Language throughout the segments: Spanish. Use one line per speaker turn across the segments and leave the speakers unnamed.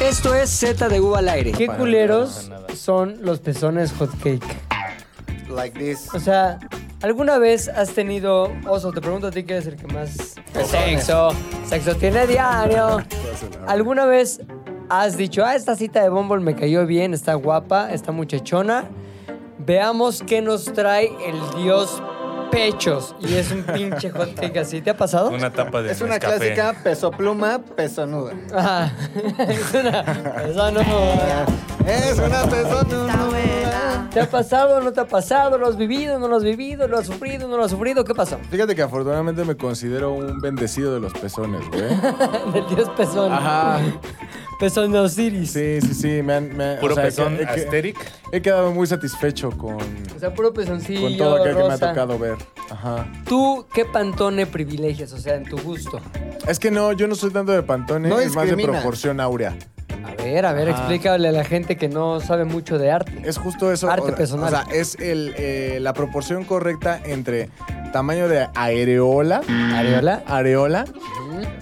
Esto es Z de U al aire.
¿Qué culeros son los pezones hotcake?
Like this.
O sea, ¿alguna vez has tenido oso? Te pregunto a ti que eres el que más sexo, sexo tiene diario. ¿Alguna vez has dicho, ah, esta cita de Bumble me cayó bien, está guapa, está muchachona? Veamos qué nos trae el dios pechos. Y es un pinche hotcake así. ¿Te ha pasado?
Una tapa de
Es una
Nescafé.
clásica peso pluma, pesonuda.
Ah, es una persona.
Es una
Está
pesonuda.
buena.
¿Te ha pasado? ¿No te ha pasado? ¿Lo has vivido? ¿No lo has vivido? ¿Lo has sufrido? ¿No lo has sufrido? ¿Qué pasó?
Fíjate que afortunadamente me considero un bendecido de los pezones, güey.
Del dios pezón.
Ajá.
Pezón de Osiris.
Sí, sí, sí. Me han, me,
Puro
o sea,
pezón
que- que-
asteric.
He quedado muy satisfecho con,
O sea, puro pezoncillo.
con todo aquel que me ha
rosa.
tocado ver. Ajá.
¿Tú qué pantone privilegias? O sea, en tu gusto.
Es que no, yo no soy tanto de pantone,
No
es más de
discrimina.
proporción áurea.
A ver, a ver,
Ajá.
explícale a la gente que no sabe mucho de arte.
Es justo eso.
Arte
o-
personal.
O sea, es el, eh, la proporción correcta entre tamaño de areola,
¿Areola?
Ah, areola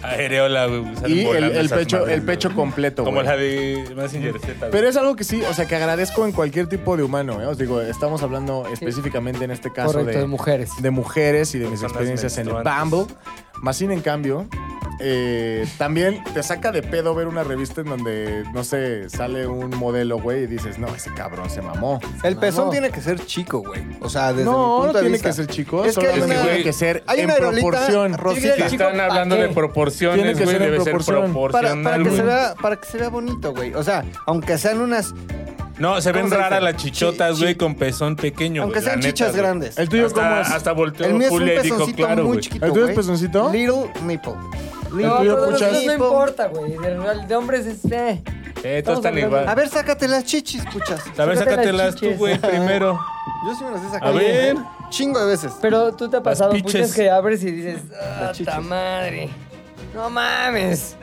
Areola, güey. salen
y el,
volando
el
esas
pecho,
madres,
el pecho
güey.
completo.
Como
güey.
la de Messenger Z. güey.
Pero es algo que sí, o sea, que agradezco en cualquier tipo de humano. ¿eh? Os digo, estamos hablando específicamente en este caso
Correcto, de,
de,
mujeres.
de mujeres y de mis
Personas
experiencias en el
menstruantes.
Bumble. Masín, en cambio, eh, también te saca de pedo ver una revista en donde, no sé, sale un modelo, güey, y dices, no, ese cabrón se mamó.
El pezón
No.
tiene que ser chico, güey. O sea, desde mi
no,
punto
no
de
tiene
vista.
que ser chico,
Es que hay
solamente
una-
tiene que ser
hay
en
una aerolita
proporción.
rosita.
Si
Chico,
están
¿pa'
hablando
qué?
de
Tiene
proporciones,
que
güey.
ser en
Debe ser
proporción.
proporcional.
Para, para, que
güey.
se vea, para que se vea bonito, güey. O sea, aunque sean unas.
No, se ven
¿Cómo se
raras
dice?
las chichotas,
Chi-
güey,
chi-
con pezón pequeño.
aunque
güey, la
sean
neta,
chichas
güey.
grandes.
El tuyo,
hasta,
¿cómo es?
Hasta volteó
El mío es un
Pule y dijo,
pezoncito
claro,
muy
güey.
chiquito.
¿El tuyo es
güey.
pezoncito?
Little nipple.
No,
tú ya
pero de los
puchas.
dos no importa, güey. De, de hombres es... Eh,
Eh,
Estamos
todos están
hablando-
igual.
A ver, sácate las chichis, puchas.
A
Sácate
ver,
las
sácatelas tú,
chiches.
güey, primero.
Yo sí me las he
A
sacado.
ver.
Chingo de veces.
Pero tú te ha pasado muchas
piches.
que abres y dices,
Las
¡ah,
chichis.
ta madre! ¡No mames!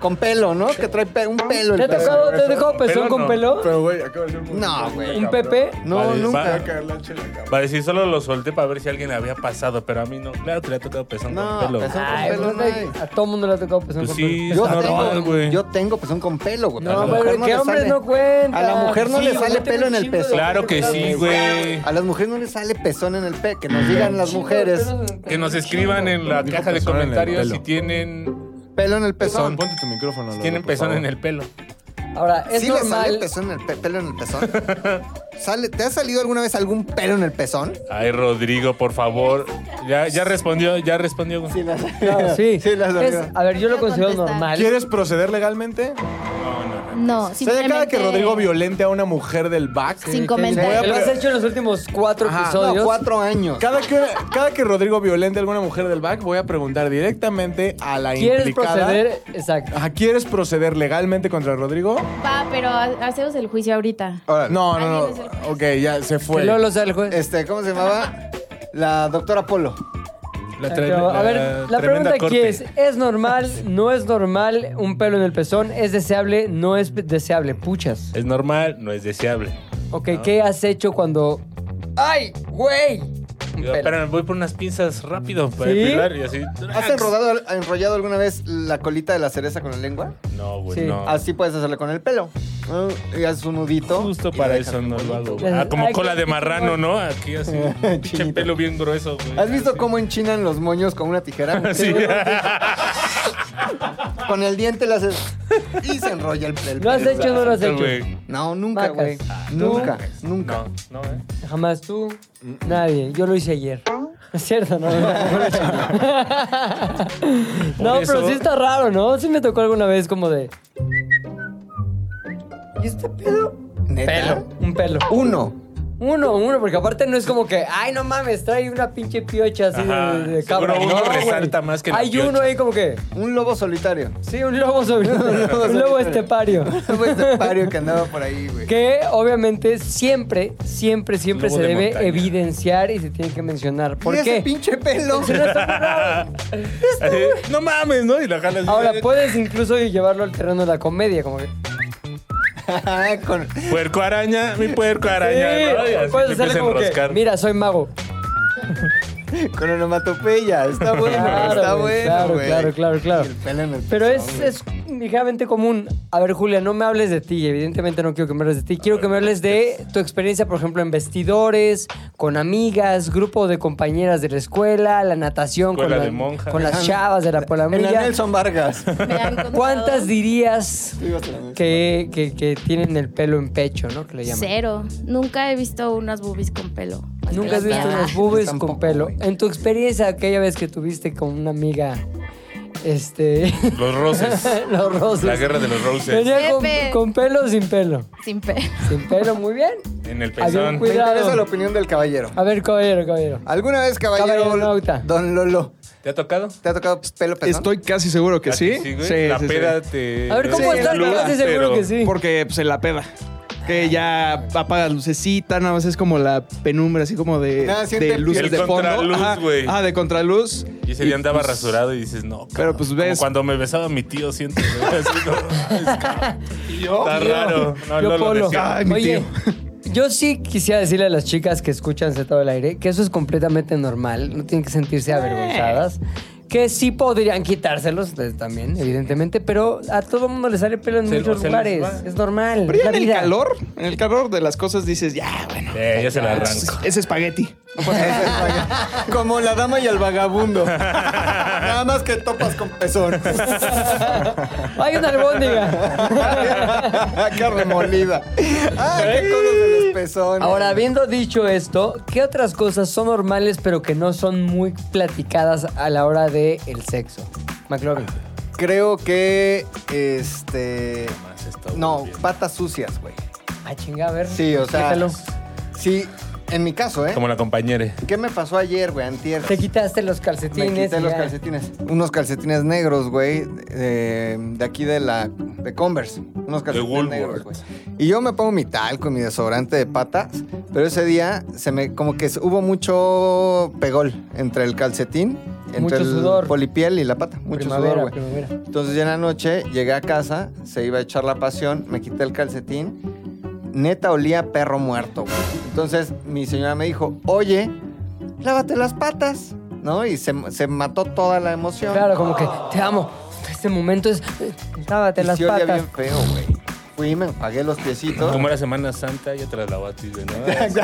Con pelo, ¿no? Que trae pe- un pelo. el
¿Te ha
pezón.
tocado, te ha dejado
Pelo
pezón con
no.
pelo?
Pero, güey, acaba de ser muy-
No, güey.
¿Un Pepe?
No,
Vale,
nunca.
va.
Caer la chela, cabrón.
Va a decir, solo lo solté para ver si alguien había pasado, pero a mí no. Claro que le ha tocado pezón
No,
con pelo.
pezón-
Ay,
pelo
pues,
no hay.
a todo mundo le ha tocado pezón
Pues
con
sí,
pelo.
es
Yo
normal,
tengo,
güey.
yo tengo pezón con pelo, güey.
No,
A la
pero
mujer
que
le
hombres
sale.
no cuenta.
A la mujer no
Sí,
le
güey,
sale
tengo
pelo en
un
el
chingo de
pezón.
Claro que sí, güey.
A las mujeres no les sale pezón en el pe. Que nos digan las
Chingo de
mujeres.
pelos en el
Que nos
pezón.
escriban en la
Dijo
caja de
pezón en el
comentarios
pelo.
si tienen
Pelo en el pezón.
Pezón, ponte tu micrófono. Lobo,
tienen
por
pezón
favor.
en el pelo.
Ahora, es
¿Sí le sale
normal.
pezón en el pe- pelo en el pezón? ¿Sale, ¿Te ha salido alguna vez algún pelo en el pezón?
Ay, Rodrigo, por favor. Ya, ya respondió, ya respondió. güey.
No, sí.
Sí, las
Es-
salió.
Pues, a ver, yo lo
Voy a
considero
contestar.
normal.
¿Quieres proceder legalmente?
No,
¿Se
simplemente...
acaba que Rodrigo violente a una mujer del back?
Sin
Que Lo
comentarios.
has hecho en los últimos cuatro
Ajá.
episodios.
No, cuatro años.
Cada que, cada que Rodrigo violente a alguna mujer del back, voy a preguntar directamente a la
¿Quieres
implicada.
proceder? Exacto.
Ajá, ¿Quieres proceder legalmente contra Rodrigo?
Va, pero ha- hacemos el juicio ahorita.
Órale.
No, no,
Alguien
no.
es el-
Ok, ya se
Que
fue.
no lo sea el juez.
Este, ¿cómo se llamaba? La doctora Polo.
La tre-
Pero, a ver, la
tremenda
pregunta aquí
corte.
es, ¿es normal, no es normal un pelo en el pezón? ¿Es deseable, no es deseable? Puchas.
Es normal, no es deseable.
Ok, ¿qué has hecho cuando... ¡Ay, güey! Un
Digo,
pelo.
espérame, voy por unas pinzas rápido para
¿Sí?
depilar y así.
¿Has enrodado, enrollado alguna vez la colita de la cereza con la lengua?
No, güey,
Sí.
no.
Así puedes hacerle con el pelo. Ah, Y haces un nudito.
Justo
y
para
lo dejas
eso no lo hago. güey.
Ay,
Ah, como
qué
cola de
chingón.
marrano, ¿no? Aquí así. Pinche
Chinito.
pelo bien grueso, güey.
¿Has visto
Así.
cómo enchinan los moños con una tijera?
Sí.
Con el diente le haces y se enrolla el pelo.
¿Lo has hecho o no lo has hecho?
Güey.
No, nunca,
Vacas.
güey.
Ah,
Nunca, nunca.
No, no, eh.
Jamás tú, nadie. Yo lo hice ayer. ¿No es cierto? No, no, lo hice ayer. No,
Por eso-
pero sí está raro, ¿no? Sí me tocó alguna vez como de... ¿Y este pedo?
¿Neta?
Pelo, un pelo.
Uno.
Uno, uno, porque aparte no es como que, ay, no mames, trae una pinche piocha así
Ajá,
de, de cabra.
seguro uno
No, güey.
resalta más que la
Hay uno
piocha.
ahí como que,
Un lobo solitario.
sí, un lobo sobre un lobo estepario.
Fue este pario que andaba por ahí, güey.
Que obviamente siempre, siempre, siempre
Lobo
se
de
debe
montaña.
evidenciar y se tiene que mencionar. ¿Por
¿Y ese
qué?
pinche pelo?
Si no está muy raro.
Así, no mames, ¿no? Y la jalas.
Ahora pues- puedes incluso llevarlo al terreno de la comedia, como que.
Con-
Puerco araña, mi puerco araña.
Sí,
¿no? Y así
puedes
te
hacerle
empieza a
como que,
enroscar.
Mira, soy mago.
Con onomatopeya. Está bueno,
Claro,
está
güey,
bueno,
claro,
güey.
claro, claro, claro.
Y el pelo en el
Pero
pezón,
es,
güey.
es ligeramente común. A ver, Julia, no me hables de ti. Evidentemente no quiero que me hables de ti. Quiero que me hables de tu experiencia, por ejemplo, en vestidores, con amigas, grupo de compañeras de la escuela, la natación, con,
Escuela
la-
de monjas.
con las chavas de la
En la
polamilla.
Nelson Vargas.
Me han contado
¿Cuántas dirías
Tú ibas a la Nelson
que, que- que tienen el pelo en pecho, no? Que le llaman.
Cero. Nunca he visto unas boobies con pelo.
Nunca has visto
Nada.
unos boobies
Tampoco,
con pelo.
güey.
En tu experiencia, aquella vez que tuviste con una amiga, este.
Los roces.
los roses.
La guerra de los roses.
Venía con,
Pepe.
con pelo o sin pelo.
Sin pelo.
Sin pelo, muy bien.
En el
Había un
pezón.
Me
Cuidado.
interesa la opinión del caballero.
A ver, caballero, caballero.
¿Alguna vez, caballero,
Caballero nauta.
don Lolo,
¿Te ha tocado?
te ha tocado pelo pezón?
Estoy casi seguro que
¿A
sí.
ti güey?
Sí,
la
sí, sí.
peda te.
A ver, ¿cómo
Sí,
está
la
el
duda,
casi seguro que sí.
Porque pues, en la peda. Que ya apagas lucecita, nada más es como la penumbra, así como de,
Nada, siente
de luces
el
de fondo.
contraluz,
Ajá,
güey.
Ah, de contraluz.
Y ese día andaba
pues,
rasurado y dices, no.
Pero, pues, ves-
Como cuando me besaba mi tío, siento. güey, así como, "Ay, es cabrón". Está raro. No,
Yo
no lo
polo.
decía.
Ay, mi
Oye,
tío.
yo sí quisiera decirle a las chicas que escuchan Z del aire que eso es completamente normal, no tienen que
Eh.
sentirse avergonzadas. Que sí podrían quitárselos eh, también, evidentemente, pero a todo mundo le sale pelo en
Se-
muchos
se les
lugares.
va.
Es normal.
Pero
es
ya
la
en el
vida.
calor, en el calor de las cosas dices, ya, bueno.
Eh, ya se la
es-
arranco.
Es espagueti.
Como la dama y el vagabundo. Nada más que topas con pezón.
Hay una albóndiga.
¡Qué remolida! ¡Ah, qué cosas de los pezones!
Ahora, habiendo dicho esto, ¿qué otras cosas son normales pero que no son muy platicadas a la hora del el sexo? McLovin.
Creo que, este... No, patas sucias, güey.
Ah, chinga, a ver.
Sí, o sea...
explícalo.
Sí, en mi caso, ¿eh?
Como la compañera.
¿Qué me pasó ayer, güey, antier?
Te quitaste los calcetines.
Me quité
y
los
ya.
calcetines. Unos calcetines negros, güey. eh, de aquí de la. de Converse. Unos calcetines
Woolworth.
negros, güey. Y yo me pongo mi talco, mi desodorante de patas. Pero ese día se me. como que hubo mucho pegol entre el calcetín, entre
Mucho
el
sudor.
polipiel y la pata. Mucho
primavera,
sudor, güey.
primavera.
Entonces ya en la noche llegué a casa, se iba a echar la pasión, me quité el calcetín. Neta olía a perro muerto, güey. Entonces mi señora me dijo, oye, lávate las patas, ¿no? Y se, se mató toda la emoción.
Claro, como que te amo. Este momento es. Lávate
y
las
sí olía
patas.
bien feo, güey. Fui y me enjuagué los piecitos.
Como era Semana Santa, ya te la lavó a ti, güey, ¿no? Es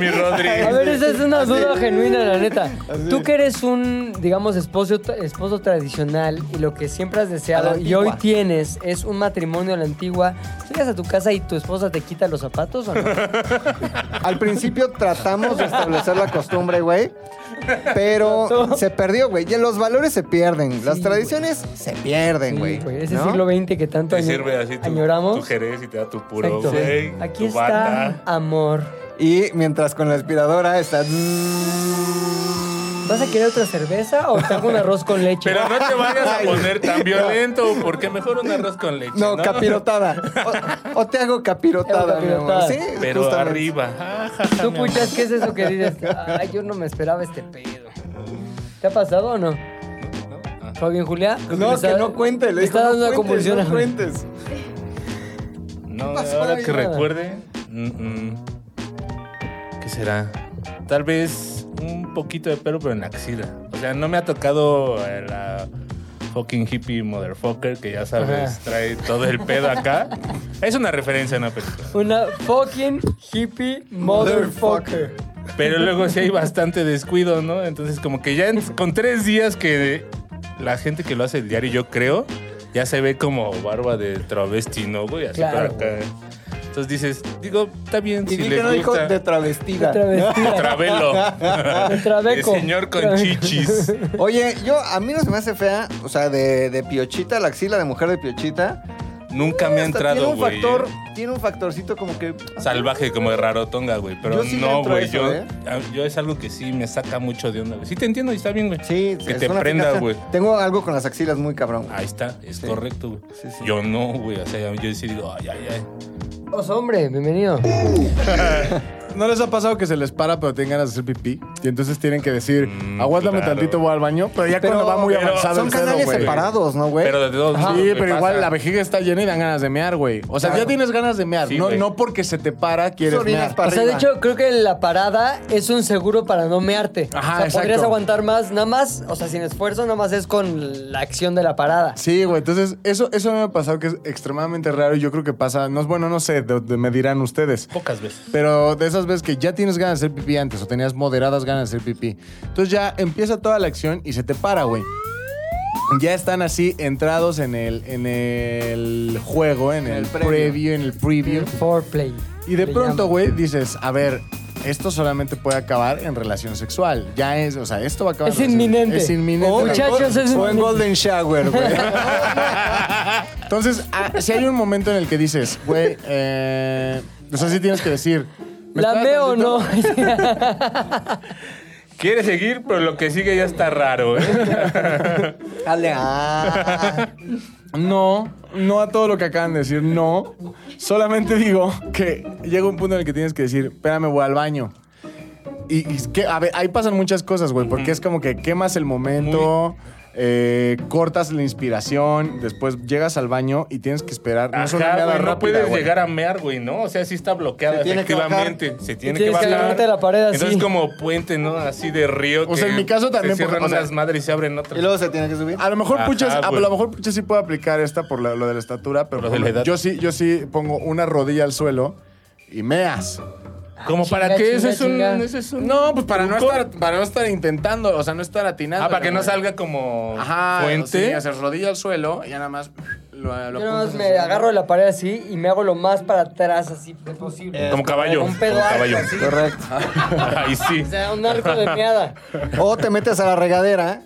mi Rodri.
A ver, esa es una duda genuina, la neta. Tú que eres un, digamos, esposo, esposo tradicional y lo que siempre has
A
deseado
la
y hoy
antigua.
tienes es un matrimonio a la antigua, ¿tú llegas a tu casa y tu esposa te quita los zapatos o no?
Al principio tratamos de establecer la costumbre, güey. Pero se perdió, güey. Ya los valores se pierden. Las
Sí,
tradiciones se pierden, güey.
Sí, güey, Ese
¿no?
siglo XX que tanto
Te
año-
sirve así tu,
añoramos.
tu jerez y te da tu puro,
Exacto.
güey.
Aquí
tu
está
bata.
amor.
Y mientras con la aspiradora está...
¿Vas a querer otra cerveza o te hago un arroz con leche?
Pero no te vayas a poner tan violento, porque mejor un arroz con leche.
No, capirotada. O, o te hago
Te
capirotada,
hago
mi amor.
capirotada.
Sí,
Pero
justamente.
arriba. Ah, ja, ja,
¿Tú
mi amor.
puchas qué es eso que dices? Ay, yo no me esperaba este pedo. ¿Te ha pasado o no? ¿Todo bien, Julia?
No,
Le
que
está-
no cuente. Le
le
dijo,
está
"No
dando una
cuentes,
convulsión.
no
a-
cuentes.
No,
pasó
ahora
ahí?
que recuerde. mm, mm. ¿Qué será? Tal vez un poquito de pelo, pero en la axila. O sea, no me ha tocado eh, la fucking hippie motherfucker que ya sabes,
Ajá.
trae todo el pedo acá. Es una referencia a una película.
Una fucking hippie motherfucker.
Pero luego sí hay bastante descuido, ¿no? Entonces, como que ya en- con tres días que la gente que lo hace el diario, yo creo, ya se ve como barba de travesti, ¿no, güey? Así
Claro.
por acá. Entonces dices, digo, está bien,
Y
si
vi
les
que no dijo
gusta.
de travestida.
Travestida.
Travelo.
De trabeco.
El señor con
Trabeco.
chichis.
Oye, yo a mí no se me hace fea, o sea, de, de piochita, la axila de mujer de piochita.
Nunca me ha
Hasta
entrado,
tiene un
güey.
factor,
eh.
tiene un factorcito como que
Salvaje como de rarotonga, güey. Pero
Yo sí le
no,
entro
güey.
eso,
Yo,
¿eh?
a- yo es algo que sí me saca mucho de onda. güey. Sí te entiendo y está bien, güey.
sí,
Que
es
te
una
prenda,
fijación.
güey. Ah,
Tengo algo con las axilas muy cabrón.
Ahí está, es
Sí.
correcto, güey.
Sí, sí.
Yo no, güey. O sea, yo sí digo, ay, ay, ay.
Os hombre, bienvenido.
¿No les ha pasado que se les para pero tienen ganas de hacer pipí? Y entonces tienen que decir,
Mm,
aguántame
claro.
tantito, voy al baño. Pero ya
Pero-
cuando va muy
pero
avanzado
Son
el pedo,
canales
güey.
separados, ¿no, güey?
Pero de todos
Sí,
modos,
pero
me
igual
pasa.
la vejiga está llena y dan ganas de mear, güey. O sea, ya tienes ganas de mear.
Sí,
no,
güey.
no porque se te para quieres
orinas
mear.
para
o sea, de
arriba.
hecho, creo que la parada es un seguro para no mearte.
Ajá,
o sea,
exacto.
podrías aguantar más, nada más, o sea, sin esfuerzo, nada más es con la acción de la parada.
Sí, güey. Entonces, eso, eso me ha pasado que es extremadamente raro y yo creo que pasa. No, bueno, no sé, de- de- me dirán ustedes.
Pocas veces.
Pero de esas veces que ya tienes ganas de hacer pipí antes o tenías moderadas ganas de hacer pipí. Entonces ya empieza toda la acción y se te para, güey. Ya están así entrados en el, en el juego, en el,
el previo.
previo, en el preview.
Foreplay.
Y de
le
pronto,
llaman.
güey, dices, a ver, esto solamente puede acabar en relación sexual. Ya es, o sea, esto va a acabar
Es
en relación-
inminente.
Es inminente.
Oh, Muchachos, es
O en
un-
Golden Shower, güey.
Entonces, ah, si hay un momento en el que dices, güey, eh, o sea, sí tienes que decir. ¿me
¿La
esperas
meo o
tantito?
no?
Quiere seguir, pero lo que sigue ya está raro, ¿eh?
Dale. Ah.
No, no a todo lo que acaban de decir, no. Solamente digo que llega un punto en el que tienes que decir, espérame, voy al baño. Y, y es que, a ver, ahí pasan muchas cosas, güey, porque es como que quemas el momento, eh, cortas la inspiración, después llegas al baño y tienes que esperar. No es una
Ajá,
meada
güey, no
rápida,
puedes
güey.
llegar a mear, güey, ¿no? O sea, sí está bloqueada,
Se tiene que
efectivamente. se tiene que
Tienes que
bajar.
agarrarte a la pared así.
Entonces, como puente, ¿no? Así de río.
O sea, en mi caso también,
Se cierran
porque, o sea,
unas madres y se abren otras.
Y luego se tiene que subir.
A lo mejor
Ajá,
Puchas, a
güey.
lo mejor Puchas sí puede aplicar esta por la- lo de la estatura, pero
Por lo de la
por lo-
edad.
yo sí, yo sí pongo una rodilla al suelo y meas.
¿Como para
chinga,
qué? Eso es un.
chinga.
Eso es un...
No, pues para no
truco.
estar, para no estar intentando, o sea, no estar atinando.
Ah, para que no salga como
Ajá,
puente.
sí, haces rodilla al suelo y ya nada más lo, lo
Yo nada más
apuntas
me
hacia-
agarro de la pared así y me hago lo más para atrás así de posible.
Eh, como caballo.
Un pedo
como
alto,
caballo.
así.
Correcto.
Ahí sí.
O sea, un arco de meada.
O te metes a la regadera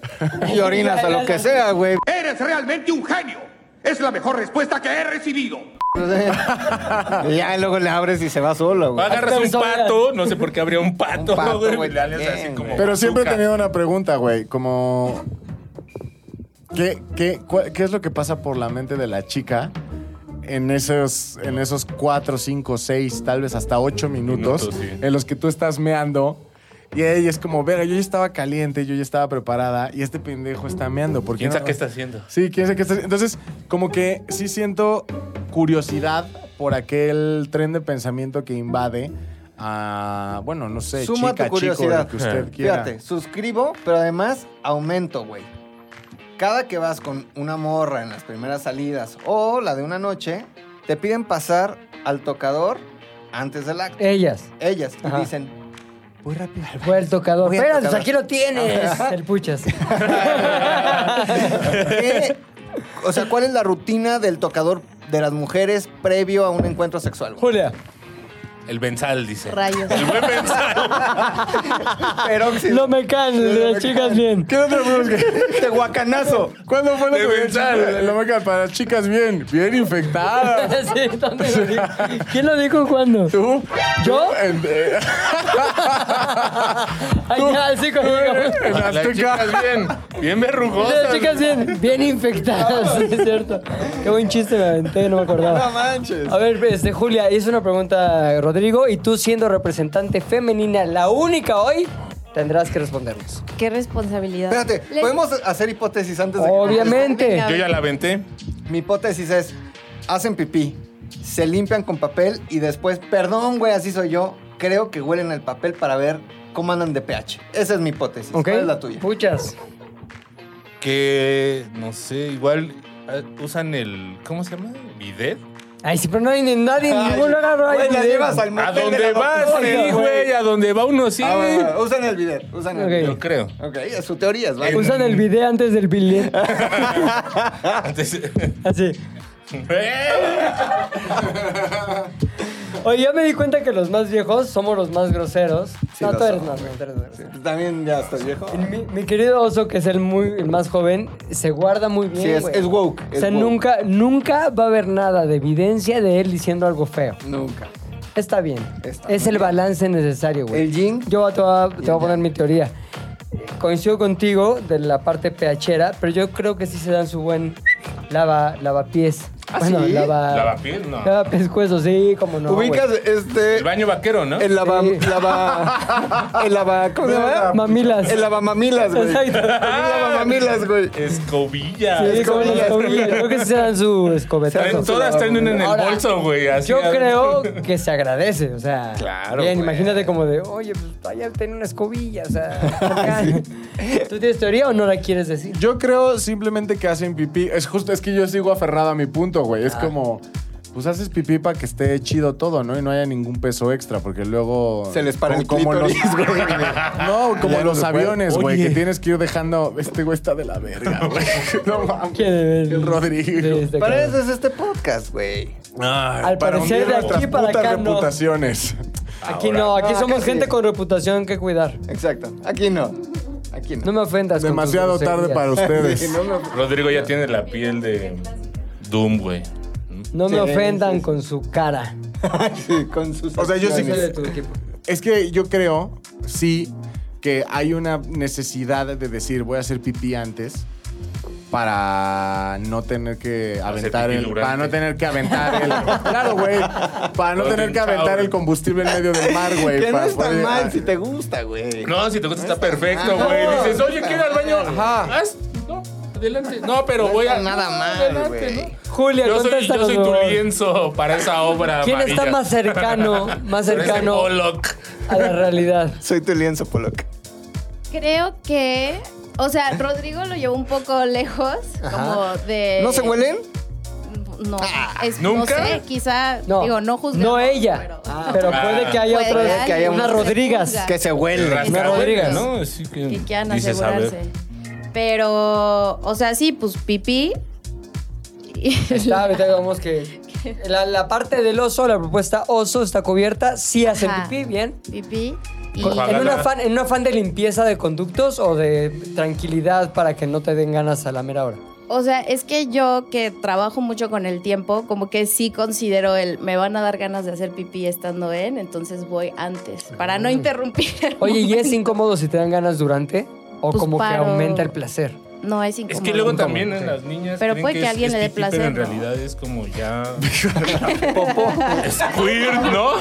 y orinas a lo que sea, güey.
Eres realmente un genio. Es la mejor respuesta que he recibido.
Y ya luego le abres y se va solo,
O
güey.
agarras un
Sola.
pato, no sé por qué habría un pato,
Un pato,
güey.
güey,
le haces así
también,
como
güey.
Pero siempre he
bazooka.
tenido una pregunta, güey, como ¿qué, qué, cuál- qué es lo que pasa por la mente de la chica en esos, en esos cuatro, cinco, seis, tal vez hasta ocho minutos,
Minutos, sí.
en los que tú estás meando? Y ella es como, verga, yo ya estaba caliente, yo ya estaba preparada y este pendejo está meando. ¿por qué
¿Quién
no-
sabe qué está haciendo?
Sí, quién sabe qué está Entonces, como que sí siento curiosidad por aquel tren de pensamiento que invade a. Bueno, no sé,
Suma
chica,
tu
chico,
curiosidad.
lo que
Eh.
usted quiera.
Fíjate, suscribo, pero además aumento, güey. Cada que vas con una morra en las primeras salidas o la de una noche, te piden pasar al tocador antes del acto.
Ellas.
Ellas y
Eh. Ajá.
dicen, voy rápido. al
Fue el tocador.
Voy al
Espera, pues
tocador.
aquí lo tienes.
Ajá.
El puchas.
¿Qué? O sea, ¿cuál es la rutina del tocador de las mujeres previo a un encuentro sexual? güey?
Julia.
El Benzal, dice.
Rayos.
El buen Benzal.
No me caen, las chicas bien.
¿Qué otra pregunta?
¡Qué guacanazo!
¿Cuándo fue la
De
primera
pensar.
chica- la marca para las chicas bien? Bien infectada.
Sí, ¿dónde lo dijo? ¿Quién lo dijo cuándo?
¿Tú?
¿Yo?
En, eh,
Ay, ya, sí, conmigo.
en
Las
Azteca.
chicas bien, bien
Las
verrugosas.
chicas bien, bien infectadas, sí, es cierto. Qué buen chiste me aventé, no me acordaba.
manches!
A ver, este, Julia, hizo una pregunta Rodrigo y tú siendo representante femenina, la única hoy, tendrás que respondernos.
Qué responsabilidad.
Espérate,
Le-
¿podemos hacer hipótesis antes de que-
Obviamente.
Yo ya la aventé.
Mi hipótesis es, hacen pipí, se limpian con papel y después, perdón, güey, así soy yo, creo que huelen el papel para ver cómo andan de pH. Esa es mi hipótesis.
¿Ok?
¿Cuál es la tuya?
Puchas.
Que, no sé, igual eh, usan el, ¿cómo se llama? ¿Bidet?
Ay, sí, pero no hay ni nadie, en ningún lugar. no hay
Güey, la
video.
llevas al
¿A
motel de
dónde
la
vas,
doctora,
sí, güey? ¿A dónde va uno, sí?
Ah, va, va, va. Usan el video, usan el
Ok.
video.
Yo creo.
Ok, es su teoría es válida.
Usan el video antes del billete.
Antes...
Así. Oye, ya me di cuenta que los más viejos somos los más groseros.
Sí,
no,
lo
tú eres más,
somos,
no, tú eres más grosero.
También ya estoy viejo.
Mi, mi querido oso, que es el muy el más joven, se guarda muy bien.
Sí, es-
güey.
es woke,
O sea,
es woke.
nunca, nunca va a haber nada de evidencia de él diciendo algo feo.
Nunca.
Está bien.
Está
es el balance necesario, güey.
El yin.
Yo te voy a, te voy a
yang.
poner mi teoría. Coincido contigo de la parte pechera, pero yo creo que sí se dan su buen lava, lavapiés. bueno,
¿Ah, sí?
lava...
¿Lavapiés? No.
Lava pescuezos, sí, como no. güey.
Ubicas este.
El baño vaquero, ¿no?
El lava.
Sí.
lava el lava. ¿Cómo se llama?
Mamilas.
El lavamamilas, güey. El
Exacto.
Ah,
lavamamilas, güey.
Escobilla.
Sí, como las
Escobillas.
escobillas. Creo que se dan su escobetazo.
Traen- todas traen una en el
Ahora,
bolso, güey. así.
Yo creo que se agradece, o sea.
Claro,
Bien,
güey.
imagínate como de, oye, pues allá tiene una escobilla, o sea. acá. ¿Tú tienes teoría o no la quieres decir?
Yo creo simplemente que hacen pipí. Es justo, es que yo sigo aferrado a mi punto, güey.
Ah.
Es como, pues haces pipí para que esté chido todo, ¿no? Y no haya ningún peso extra, porque luego.
Se les para el
como- como
clítoris,
los-
güey.
No, como
Ya no
los
se puede.
aviones, güey,
Oye.
que tienes que ir dejando. Este güey está de la verga, güey. No mames.
¿Quién es?
El Rodrigo.
Sí, está
Para
claro.
eso es este podcast, güey.
Ay,
Al
Para
parecer,
hundir
de aquí
nuestras
para
putas
acá no.
reputaciones.
Aquí
Ahora.
no, aquí
No,
somos
acá
gente
sí.
con reputación que cuidar.
Exacto. Aquí no. Aquí no.
No me ofendas. con tus
Demasiado tarde
groserías.
para ustedes.
Sí, no me-
Rodrigo ya tiene la piel de Doom, güey.
No me
Sí,
ofendan
sí, sí.
con su cara.
Sí, con sus.
O sea, yo sí-
Soy
acciones.
de tu equipo.
Es que yo creo, sí, que hay una necesidad de decir voy a hacer pipí antes para no tener que aventar
pipí
el
durante.
para no tener que aventar el claro güey para no
Golden
tener que aventar
Shower.
el combustible en medio del mar güey
Que no
para
está
poder- Ah,
mal si te gusta, güey.
No, si te gusta está perfecto, güey. Dices, oye, quiero ir al baño. Ajá. Haz, no, adelante. No, pero voy a.
nada
no,
mal,
adelante,
güey.
¿no?
Julia,
Yo soy, yo
contéstanos,
soy
por
tu
favor.
lienzo para esa obra.
¿Quién
amarilla.
está más cercano, más
Para ese
cercano
Pollock.
a la realidad?
Soy tu lienzo, Pollock.
Creo que. O sea, Rodrigo lo llevó un poco lejos, como de.
¿No se huelen?
No. es-
¿Nunca?
No sé, quizá.
No,
digo, no juzguemos.
No ella, pero,
pero-
puede que haya
Puede
otras,
que haya
unas
unas-
Rodrigas.
Juzga.
Que se
El
huelen.
rascado,
Rodríguez.
¿no? Así que.
que quieran
Mm, dices, a ver.
asegurarse. Pero, o sea, sí, pues pipí. Y-
Está, ahorita digamos que la, la parte del oso, la propuesta oso está cubierta, sí hace
Ajá.
pipí, bien.
pipí. Y,
Por favor.
En un,
Ojalá.
afán, en un afán de limpieza de conductos o de tranquilidad para que no te den ganas a la mera hora.
o sea, es que yo que trabajo mucho con el tiempo, como que sí considero el me van a dar ganas de hacer pipí estando en, entonces voy antes, para no interrumpir. el
Oye, ¿y es
momento.
incómodo si te dan ganas durante? ¿O
Pues
como
paro.
que aumenta el placer?
No, es incómodo.
Es que luego
Incómodo.
también en las niñas.
Pero
creen
puede que
es-
alguien
es
le dé
pipí, Pero en
placer, ¿no?
realidad es como ya. Squirt, ¿no?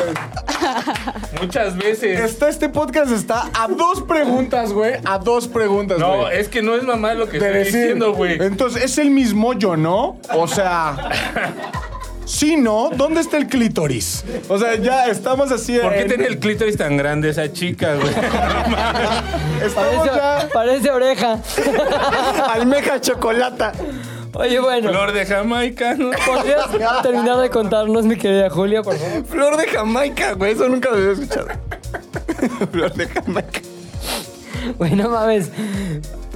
Muchas veces.
Está- este podcast está a dos preguntas güey a dos preguntas
No,
güey,
es que no es mamá lo que
de
estoy diciendo, güey.
entonces es el mismo yo no o sea sí no dónde está el clítoris o sea ya estamos así
¿Por qué
en-
tiene el clítoris tan grande esa chica, güey?
Pues
Estamos
Parece,
ya
parece oreja.
Almeja chocolata.
Oye, bueno.
Flor de Jamaica, ¿no?
¿Podrías terminar de contarnos, mi querida Julia, por favor?
Flor de Jamaica, güey. Eso nunca lo había escuchado. Flor de Jamaica.
Güey, no mames.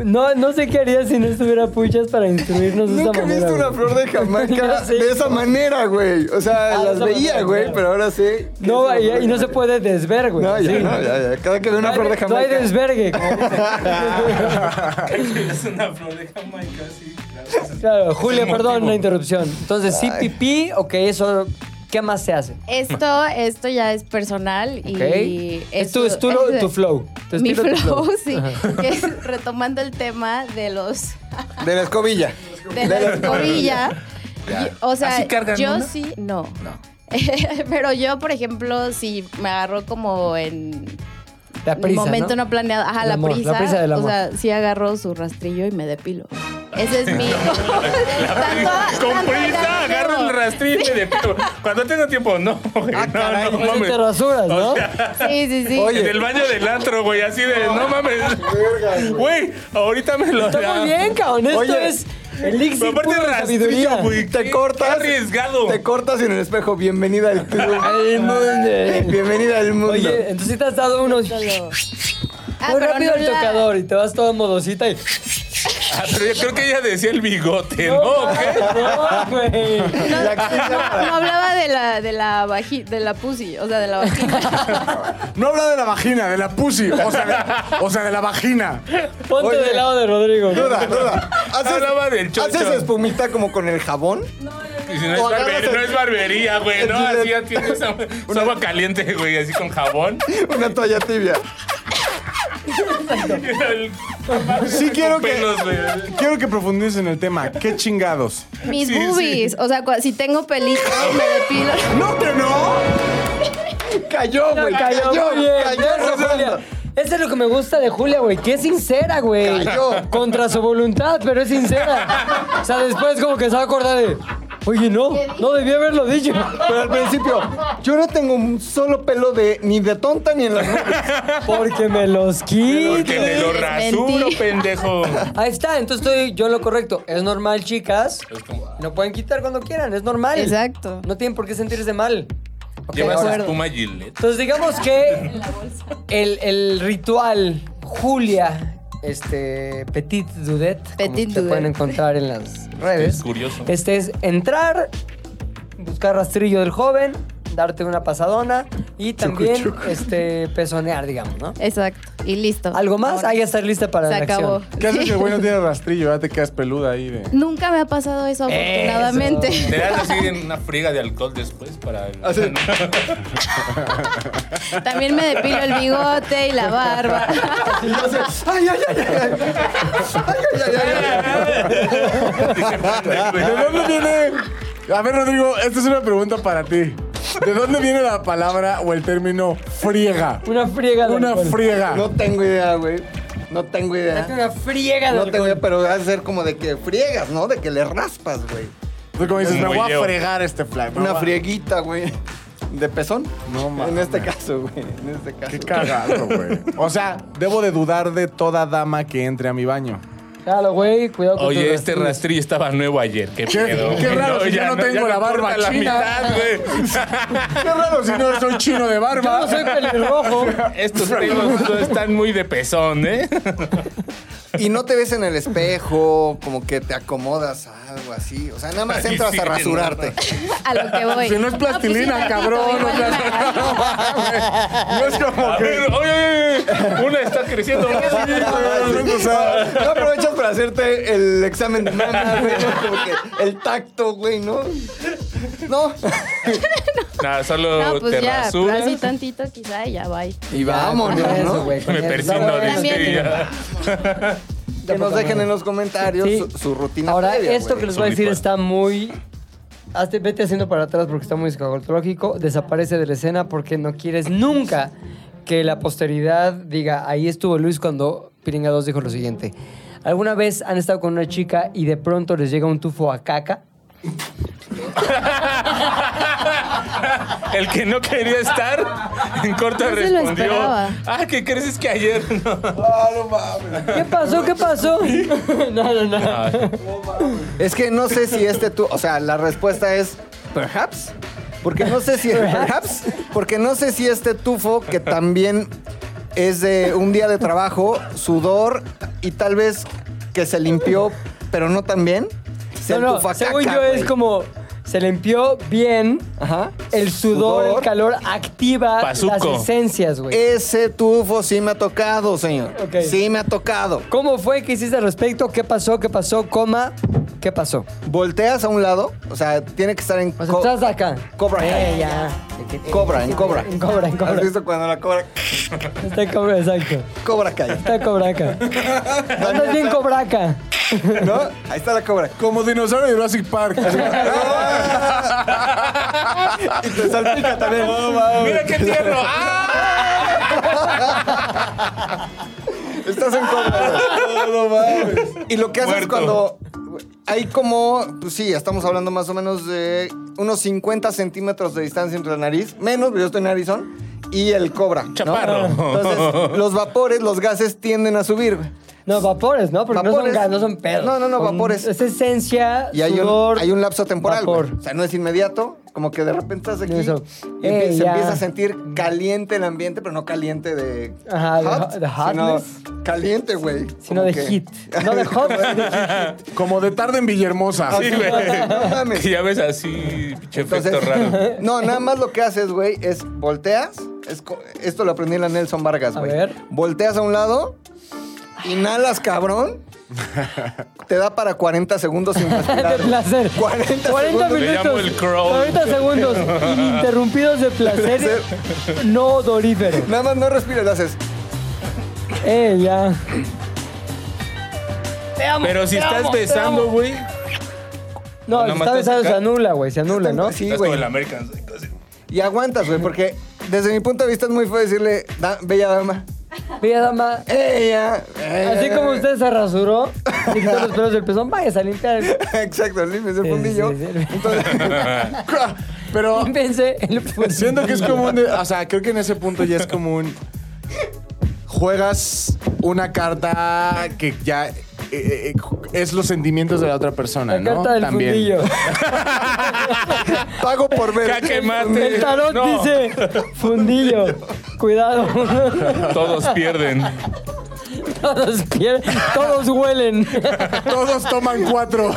No, no sé qué haría si no estuviera Puchas para instruirnos de esta
Nunca he
manera.
visto una
güey.
flor de Jamaica
Ya sé.
de esa manera, güey. O sea,
Ah, de
las
esa
veía,
manera,
güey,
claro.
pero ahora sí. que es
No,
una
y,
flor
y
de
no se
Jamaica.
puede desver, güey.
No, ya,
Pues, sí.
no, ya, ya. Cada que veo
No
una
hay-
flor de
No hay
Jamaica.
desvergue. como
es una flor de Jamaica, sí.
dicen. Claro, Julia,
Es el
perdón
motivo.
la interrupción. Entonces, sí, pipí, ok, eso. ¿Qué más se hace?
Esto, esto ya es personal y
Ok. Es tu, es tu,
es-
tu flow. Tu
mi
estilo, tu
flow, sí. Que es retomando el tema de los
De la escobilla.
de la escobilla.
Ya.
yo- O sea,
¿Así cargan
yo
una?
sí, no.
No.
Pero yo, por ejemplo, si me agarró como en
La prisa,
un momento
¿no?
no, planeado, ajá,
El
la
amor, la
prisa,
prisa del amor.
o sea, sí agarro su rastrillo y me depilo. Ese es mi Tanto-
Con
tanto
prisa,
agarro.
agarro el rastrillo y me depilo. Cuando tengo tiempo, no, güey. no, no
Entonces te
mames.
rasuras, ¿no?
Sí, sí, sí.
En el baño del antro, güey, así de, no mames. Güey, ahorita me lo
Está muy bien, cabrón. Esto
Oye,
es elixir
Pero aparte
puro de
rastrillo,
sabiduría.
güey.
Te
qué-
cortas.
qué arriesgado.
Te cortas en el espejo. Bienvenida al club. Bienvenida al mundo.
Oye, entonces sí te has dado unos...
Solo. Ah,
Muy
pero
rápido
no
el
la-
tocador y te vas toda modosita y...
Ah, pero yo creo que ella decía el bigote, ¿no? ¿O qué?
No, güey.
No, no, no hablaba de la de la vaji- de la pussy, o sea, de la vagina.
No habla de la vagina, de la pussy. O sea, de, o sea, de la vagina.
Ponte
Oye.
del lado de Rodrigo. güey.
Duda, duda.
Hablaba del chocho.
¿Haces espumita como con el jabón?
Y si no, es
O agarras
barbería,
el-
no es barbería, güey.
el
No,
gilet.
así ya tienes agua, su agua caliente, güey, así con jabón.
Una toalla tibia.
Y el
Sí quiero que,
Pelos, güey.
quiero que profundices en el tema. ¿Qué chingados?
Mis
Sí, sí.
boobies. O sea, cua- si tengo pelito, me depilo.
¡No, que no!
Cayó, güey. Cayó, cayó,
muy bien.
cayó,
Eso, Julia. Eso es lo que me gusta de Julia, güey, que es sincera, güey.
Cayó.
Contra su voluntad, pero es sincera. O sea, después como que se va a acordar de, oye, no, no debí haberlo dicho.
Pero al principio, yo no tengo un solo pelo de ni de tonta ni en las nubes.
Porque me los quito.
Porque me lo rasuro,
Mentí.
pendejo.
Ahí está, entonces estoy yo en lo correcto. Es normal, chicas.
Es como,
Lo pueden quitar cuando quieran, es normal.
Exacto.
No tienen por qué sentirse mal. Ok,
¿Llevas
ahora.
espuma Gillette?
Entonces digamos que el, el ritual Julia este Petit Dudet como
Petit
te
Dudet.
pueden encontrar en las redes.
Es curioso.
Este es entrar, buscar rastrillo del joven, darte una pasadona y también este pezonear, digamos, ¿no?
Exacto. Y listo.
¿Algo más?
Ahora
Ahí ya estar lista para
Se
la
acabó.
acción.
¿Qué haces si el güey no tiene rastrillo? Ya te quedas peluda ahí de.
Nunca me ha pasado eso, afortunadamente.
Te das así en una friega de alcohol después para. el-
Ah,
También me depilo el bigote y la barba.
Y yo sé, ay, ay, ay, ay, ay, ay, ay, ay, ay.
¿De dónde viene? A ver, Rodrigo, esta es una pregunta para ti. ¿De dónde viene la palabra o el término friega?
Una friega de
Una
alcohol.
friega.
No tengo idea, güey. No tengo
Date
idea.
Una friega de
No
alcohol.
tengo idea, pero va a ser como de que friegas, ¿no? De que le raspas, güey.
Tú como dices,
Un
me voy a
huelleo.
fregar este flag.
Una frieguita, güey. De pezón.
No mames.
En este caso, güey. En este caso.
Qué cagado, güey. O sea, debo de dudar de toda dama que entre a mi baño.
Claro, güey, cuidado con tus
Oye, este
rastrillos.
rastrillo estaba nuevo ayer. Qué, pedo.
qué raro, si yo no tengo la
me
barba
corta la
china.
mitad, güey.
Qué raro si no soy chino de barba.
Yo no soy pelirrojo.
Estos pelos no están muy de pezón, ¿eh?
Y no te ves en el espejo, como que te acomodas a algo así. O sea, nada más
Ay,
entras
sí,
a rasurarte.
A lo que voy.
Si no es plastilina,
pues sí,
cabrón,
ratito,
o sea,
igual.
No es como
A
que.
ver, oye, una está creciendo más.
O sea,
No aprovechas para hacerte el examen de mama, güey. ¿no? Como que el tacto, güey, ¿no? No.
Nada, solo
No, pues
te
ya,
rasuras.
así tantito quizá y ya, bye.
Y
Con
vámonos,
eso,
¿no?
güey, con
Me
eso.
persino de
También.
estrella.
Que nos dejen en los comentarios
Sí.
su, su rutina.
Ahora,
previa,
esto
güey.
que les voy a
Son
decir
igual.
está muy. Hazte, vete haciendo para atrás porque está muy escatológico. Desaparece de la escena porque no quieres nunca que la posteridad diga: Ahí estuvo Luis cuando Piringa 2 dijo lo siguiente. ¿Alguna vez han estado con una chica y de pronto les llega un tufo a caca?
El que no quería estar, en corto
No se lo
respondió.
esperaba.
Ah, ¿qué crees es que ayer? No.
¿Qué pasó? ¿Qué pasó? no, no, no.
Es que no sé si este tú. O sea, la respuesta es. Perhaps. Porque no sé si. Perhaps. Porque no sé si este tufo, que también es de un día de trabajo, sudor y tal vez que se limpió, pero no tan bien. Se
No, no,
entufa
Según
caca,
yo es
güey.
como. Se limpió bien.
Ajá.
El sudor,
Sudor.
el calor activa
Pazuco.
las esencias, güey.
Ese tufo sí me ha tocado, señor.
Ok.
Sí me ha tocado.
¿Cómo fue que hiciste al respecto? ¿Qué pasó? ¿Qué pasó? Coma, ¿qué pasó?
Volteas a un lado, o sea, tiene que estar en
O sea,
co-
estás acá.
Cobra
Eh,
Kai.
ya.
cobra, en cobra.
En cobra, en
¿Has
cobra.
visto cuando la cobra
Está en cobra, exacto.
cobra cae?
Está cobraca. Andas bien cobraca.
¿No? Ahí está la cobra.
como dinosaurio de Jurassic Park.
Y te salpica también.
Mira qué tierno. ¡Ah!
Estás en cobra. No mames. Y lo que haces
Muerto.
cuando hay como, pues sí, estamos hablando más o menos de unos 50 centímetros de distancia entre la nariz, menos, pero yo estoy en narizón, y el cobra. ¿no?
Chaparro.
Entonces, los vapores, los gases tienden a subir. güey.
No, vapores, ¿no? Porque no
Vapores.
son gas, no son pedos.
No, no, no,
Son-
vapores.
Es esencia,
Y hay,
sudor.
un, hay un lapso temporal. güey.
vapor.
O sea, no es inmediato. Como que de repente estás aquí
Eso.
y
Eh,
empie- se
ya.
empieza a sentir caliente el ambiente, pero no caliente de
Ajá, de
hot,
ho- de hotness.
sino caliente, güey.
Sino
Como
de
que-
hit. No de hot, sino de hit.
Como de tarde en Villahermosa.
Sí, güey.
No mames.
Que ya ves así, pinche efecto
Entonces,
raro.
no, nada más lo que haces, güey, es volteas. Es co- esto lo aprendí en la Nelson Vargas,
A
güey.
ver.
Volteas a un lado, inhalas, cabrón. Te da para 40 segundos sin respirar.
De placer.
40,
40
segundos.
Le llamo
minutos.
el crawl.
40 segundos. Ininterrumpidos de placer. No dorífero.
Nada más no respiras, haces.
Eh, ya. te amo.
Pero si
te
estás
amo, te
besando,
amo.
güey.
No,
nada
si
más
está
te
besando se
saca.
anula, güey. Se anula, ¿no?
Sí,
estás
güey.
con el American Psycho, así.
Y aguantas, güey, porque desde mi punto de vista es muy feo decirle, "Da- bella dama,
Bella dama.
ella, ella".
Así como usted se rasuró, se quitó los pelos del pezón, váyase a limpiar.
Exacto, límpiese el
Sí,
fundillo.
sí, sí.
Entonces,
Pero
Límpense el
siento que es común, de- o sea, creo que en ese punto ya es común. Juegas una carta que ya eh, eh, es los sentimientos de la otra persona,
La
¿no?
carta del fundillo.
pago por ver.
Ya quemaste.
El tarot
No,
dice fundillo. Cuidado.
Todos pierden.
Todos, pier- todos huelen.
Todos toman cuatro.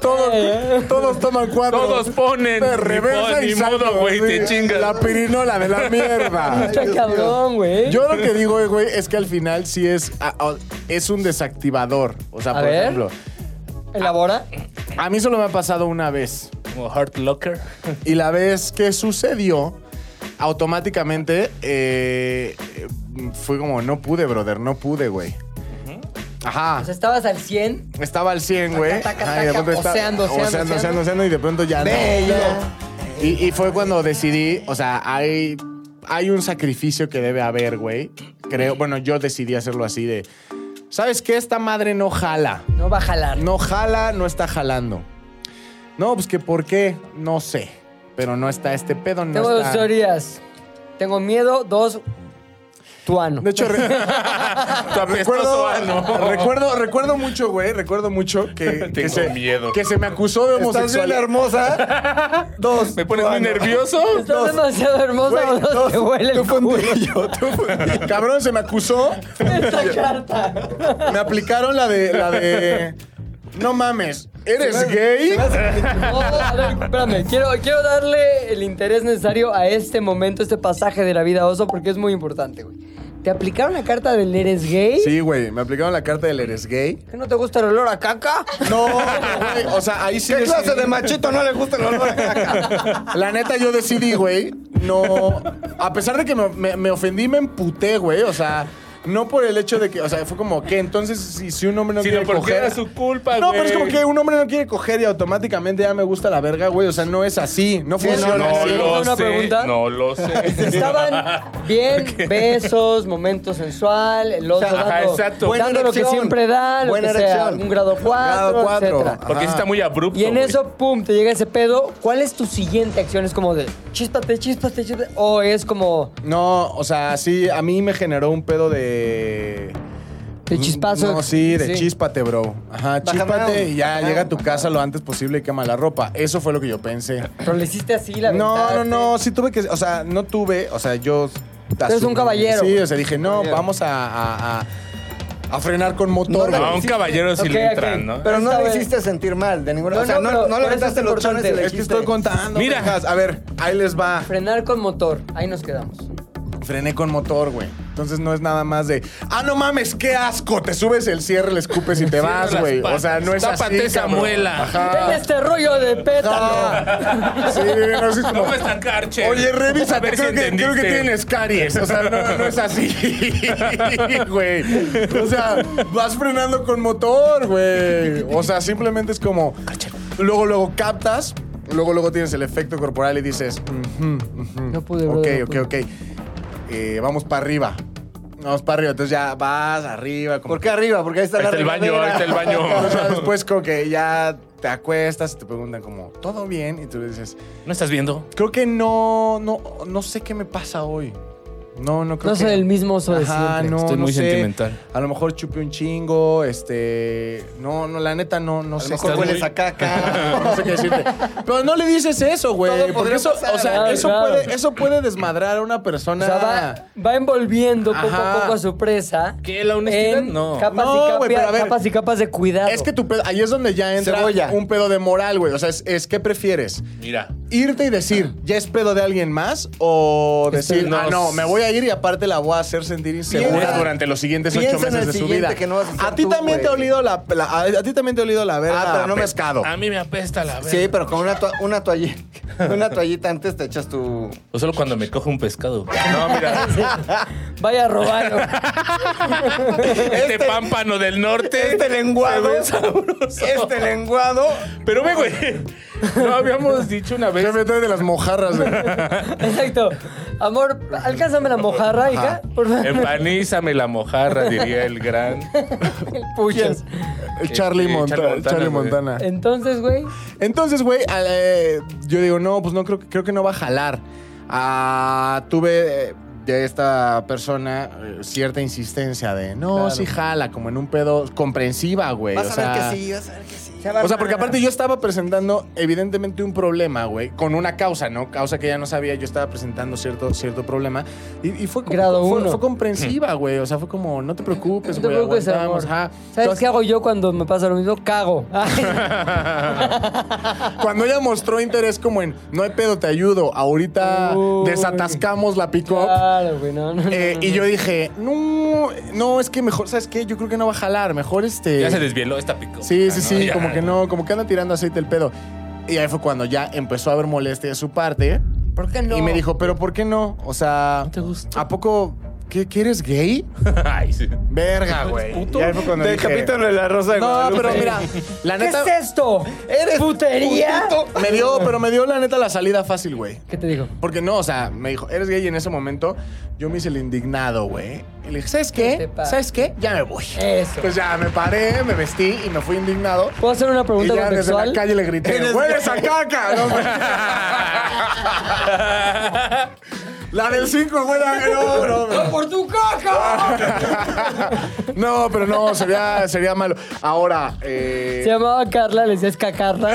todos, todos toman cuatro.
Todos ponen.
De reversa
Ni
y
modo,
saco,
güey, te
sí.
chingas.
La pirinola de la mierda.
Está cabrón, güey.
Yo lo que digo, eh, güey, es que al final sí es, a- a- es un desactivador. O sea,
A
por
ver.
ejemplo,
¿Elabora?
a mí solo me ha pasado una vez.
Como Heart Locker.
Y la vez que sucedió, automáticamente eh, fue como, no pude, brother, no pude, güey. Ajá.
O sea, estabas al 100.
Estaba al 100, güey.
taca,
Ajá, y de
taca,
pronto está-
oceando, oceando,
oceando,
oceando.
oceando, y de pronto ya no. Y, y fue cuando decidí, o sea, hay, hay un sacrificio que debe haber, güey. Creo, bueno, yo decidí hacerlo así de, ¿sabes qué? Esta madre no jala.
No va a jalar.
No jala, no está jalando. No, pues que por qué, no sé. Pero no está este pedo, no
Tengo dos
está...
teorías. Tengo miedo. Dos, tu ano.
De hecho, re-
Tu apestoso ano.
recuerdo, recuerdo mucho, güey, recuerdo mucho que, que,
Tengo
se,
miedo.
que se me acusó de
Estás bien
homosexualidad.
hermosa. Dos.
Me pones muy
Bueno.
nervioso.
Estás demasiado hermosa.
Güey,
o no
dos,
te huele el
tú
culo.
fundillo, tú fundillo. Cabrón, se me acusó.
Esta carta.
Me aplicaron la de. La de no mames, ¿eres gay?
No, a ver, espérame. Quiero, quiero darle el interés necesario a este momento, este pasaje de la vida oso, porque es muy importante, güey. ¿Te aplicaron la carta del eres gay?
Sí, güey, me aplicaron la carta del ¿eres gay?
¿Que no te gusta el olor a caca?
No, güey, o sea, ahí sí.
¿Qué
decidí-
clase de machito no le gusta el olor a caca?
La neta, yo decidí, güey, no. A pesar de que me, me- me ofendí, me emputé, güey, o sea. No por el hecho de que, o sea, fue como que entonces si, si un hombre no
Sino
quiere
porque
coger.
era su culpa,
no,
güey.
pero es como que un hombre no quiere coger y automáticamente ya me gusta la verga, güey. O sea, no es así. No
no,
funciona
No
así.
lo
¿Una
sé.
pregunta?
No lo sé.
Estaban bien, besos, momento sensual, el oso
Ajá,
dando,
exacto.
dando
Buena
lo que
erección.
siempre da, lo
Buena
que sea,
erección.
un grado 4,
Grado cuatro.
Porque sí está muy abrupto.
Y en
güey.
eso, pum, te llega ese pedo. ¿Cuál es tu siguiente acción? ¿Es como de chispate, chispate, chispate? ¿O es como
No, o sea, sí, a mí me generó un pedo de.
de chispazo?
Mm, No, sí, de chispate, bro. Ajá,
Bájame
chispate
algo,
y ya
bájame
llega a
algo,
tu casa lo antes posible y quema la ropa. Eso fue lo que yo pensé.
Pero le hiciste así la
No, no,
aventaste.
no, sí tuve que. O sea, no tuve. O sea, yo.
eres un caballero,
Sí,
güey.
o sea, dije, no, vamos a. a, a- a frenar con motor.
No,
güey.
A un caballero sí le
Ok,
entran,
ok.
¿no?
Pero no
Esta
le
vez-
hiciste sentir mal de ninguna
No,
O sea,
no,
no,
pero-
no le
pero eso
aventaste
es
los chones y
importante.
le
Es que estoy
dijiste-
contando.
Mira.
pendejas. A ver, ahí les va.
Frenar con motor. Ahí nos quedamos.
Frené con motor, güey. Entonces no es nada más de, ah, no mames, qué asco. Te subes el cierre, le escupes y te vas,
las
güey. O sea,
patas.
no es así.
Tápate esa
cabrón.
muela.
Ten
Ajá.
este rollo de
Ah.
pétalo.
No. Sí, no es como,
Ah. No me están carche.
Oye,
A
revisa,
ver
creo,
si
que, creo que
entendiste.
tienes caries. O sea, no, no es así, güey. O sea, vas frenando con motor, güey. O sea, simplemente es como. Luego, luego captas. Luego, luego tienes el efecto corporal y dices. "Ujú, ujú".
No pude,
Ok,
brother, no
ok,
pude.
ok. Eh, vamos para arriba. Vamos para arriba. Entonces ya vas arriba. Como
¿Por qué arriba? Porque ahí está
Ahí
la
está el baño, ahí
regadera.
está el baño.
O sea, después como que ya te acuestas y te preguntan como, ¿todo bien? Y tú le dices,
¿No estás viendo?
creo que no, no, no sé qué me pasa hoy. No, no creo
No
que...
soy el mismo oso de
Ajá,
siempre.
no,
Estoy
no
muy
sé.
sentimental.
A lo mejor chupé un chingo, este... No, no, la neta no, no sé.
Mejor
Estás
hueles
muy-
a caca.
No sé qué decirte. Pero no le dices eso,
Todo
güey. Porque
podría
eso,
pasar.
o sea,
Claro,
eso,
Ah, claro.
Puede, eso puede desmadrar a una persona.
O sea, va, va envolviendo poco
Ah. Ajá.
a poco a su presa.
¿Qué, la honestidad?
en
No.
Capas,
No,
y capas,
güey, pero a ver.
capas y capas de cuidado.
Es que tu pedo, ahí es donde ya entra
Cebolla.
un pedo de moral, güey. O sea, es, es que prefieres
Mira.
irte y decir, ya es pedo de alguien más, o decir,
no.
ah, no, me voy a ir y aparte la voy a hacer sentir insegura
Piensa-
durante los siguientes ocho
piensa en
meses
el
de su
siguiente
vida.
que no vas a hacer
ti
tú,
también te ha
güey.
olido la, la- a, a ti también te ha olido la verga.
Ah, pero no me-
pescado.
A mí me apesta la verga.
Sí, pero con una, to- una toallita. Una toallita antes te echas tu.
O solo cuando me coge un pescado. No, mira.
Vaya robando.
Este pámpano del norte.
Este lenguado.
se ve sabroso.
Este lenguado.
Pero ve, güey. No habíamos dicho una vez.
Ya me trae de las mojarras, güey.
Exacto. Amor, alcánzame la mojarra, hija. Por favor.
Em,
Empanízame la mojarra, diría el gran.
Puchas.
Charlie,
Eh,
Monta-
Charlie Montana,
Charlie
güey.
Montana.
Entonces, güey.
Entonces, güey, al, eh, yo digo, no, pues no creo, creo que no va a jalar. Ah, tuve eh, de esta persona eh, cierta insistencia de, no, sí jala, como en un pedo comprensiva, güey.
Vas
o
a
sea,
ver que sí, vas a ver que sí.
O sea, porque aparte yo estaba presentando evidentemente un problema, güey, con una causa, ¿no? Causa que ya no sabía, yo estaba presentando cierto, cierto problema. Y, y fue, como-
Grado
fue,
uno.
fue comprensiva, güey. O sea, fue como, no te
No
preocupes,
te
Pues, güey,
preocupes,
aguantamos,
amor.
ajá.
¿Sabes
Entonces,
qué hago yo cuando me pasa lo mismo? Cago.
Cuando ella mostró interés como en, no hay pedo, te ayudo, ahorita
Uy. Ah.
desatascamos la pick up.
claro, güey, no, no, no,
Eh,
no,
y
no.
yo dije, no, no, es que mejor, ¿sabes qué? Yo creo que no va a jalar, mejor este...
Ya se desvieló esta pico. Ah,
Sí, sí, sí,
Ya.
como que no, como que anda tirando aceite el pedo. Y ahí fue cuando ya empezó a haber molestia de su parte.
¿Por qué no?
Y me dijo, ¿pero por qué no? O sea,
te gusta?
¿a poco qué, que eres gay?
Ay, sí.
Verga, güey. Y ahí fue cuando
Del
dije,
capítulo de la Rosa de
No,
Guadalupe.
pero mira, la
¿Qué
neta...
es esto?
¿Eres
¿Putería?
putito?
Me dio, pero me dio la neta la salida fácil, güey.
¿Qué te digo?
Porque no, o sea, me dijo, eres gay y en ese momento yo me hice el indignado, güey. Y le dije, ¿sabes
¿Qué
qué?
te pasa?
¿Sabes qué? Ya me voy.
Eso.
Pues ya me paré, me vestí y me fui indignado.
¿Puedo hacer una
Y
pregunta
ya desde la
contextual?
calle le grité,
Eres
¡hueles a caca! No, güey. la del 5, güey, la- no, no, no.
¡Por tu caca!
No, pero no, sería, sería malo. Ahora, eh,
Se llamaba Carla, le decías cacarla.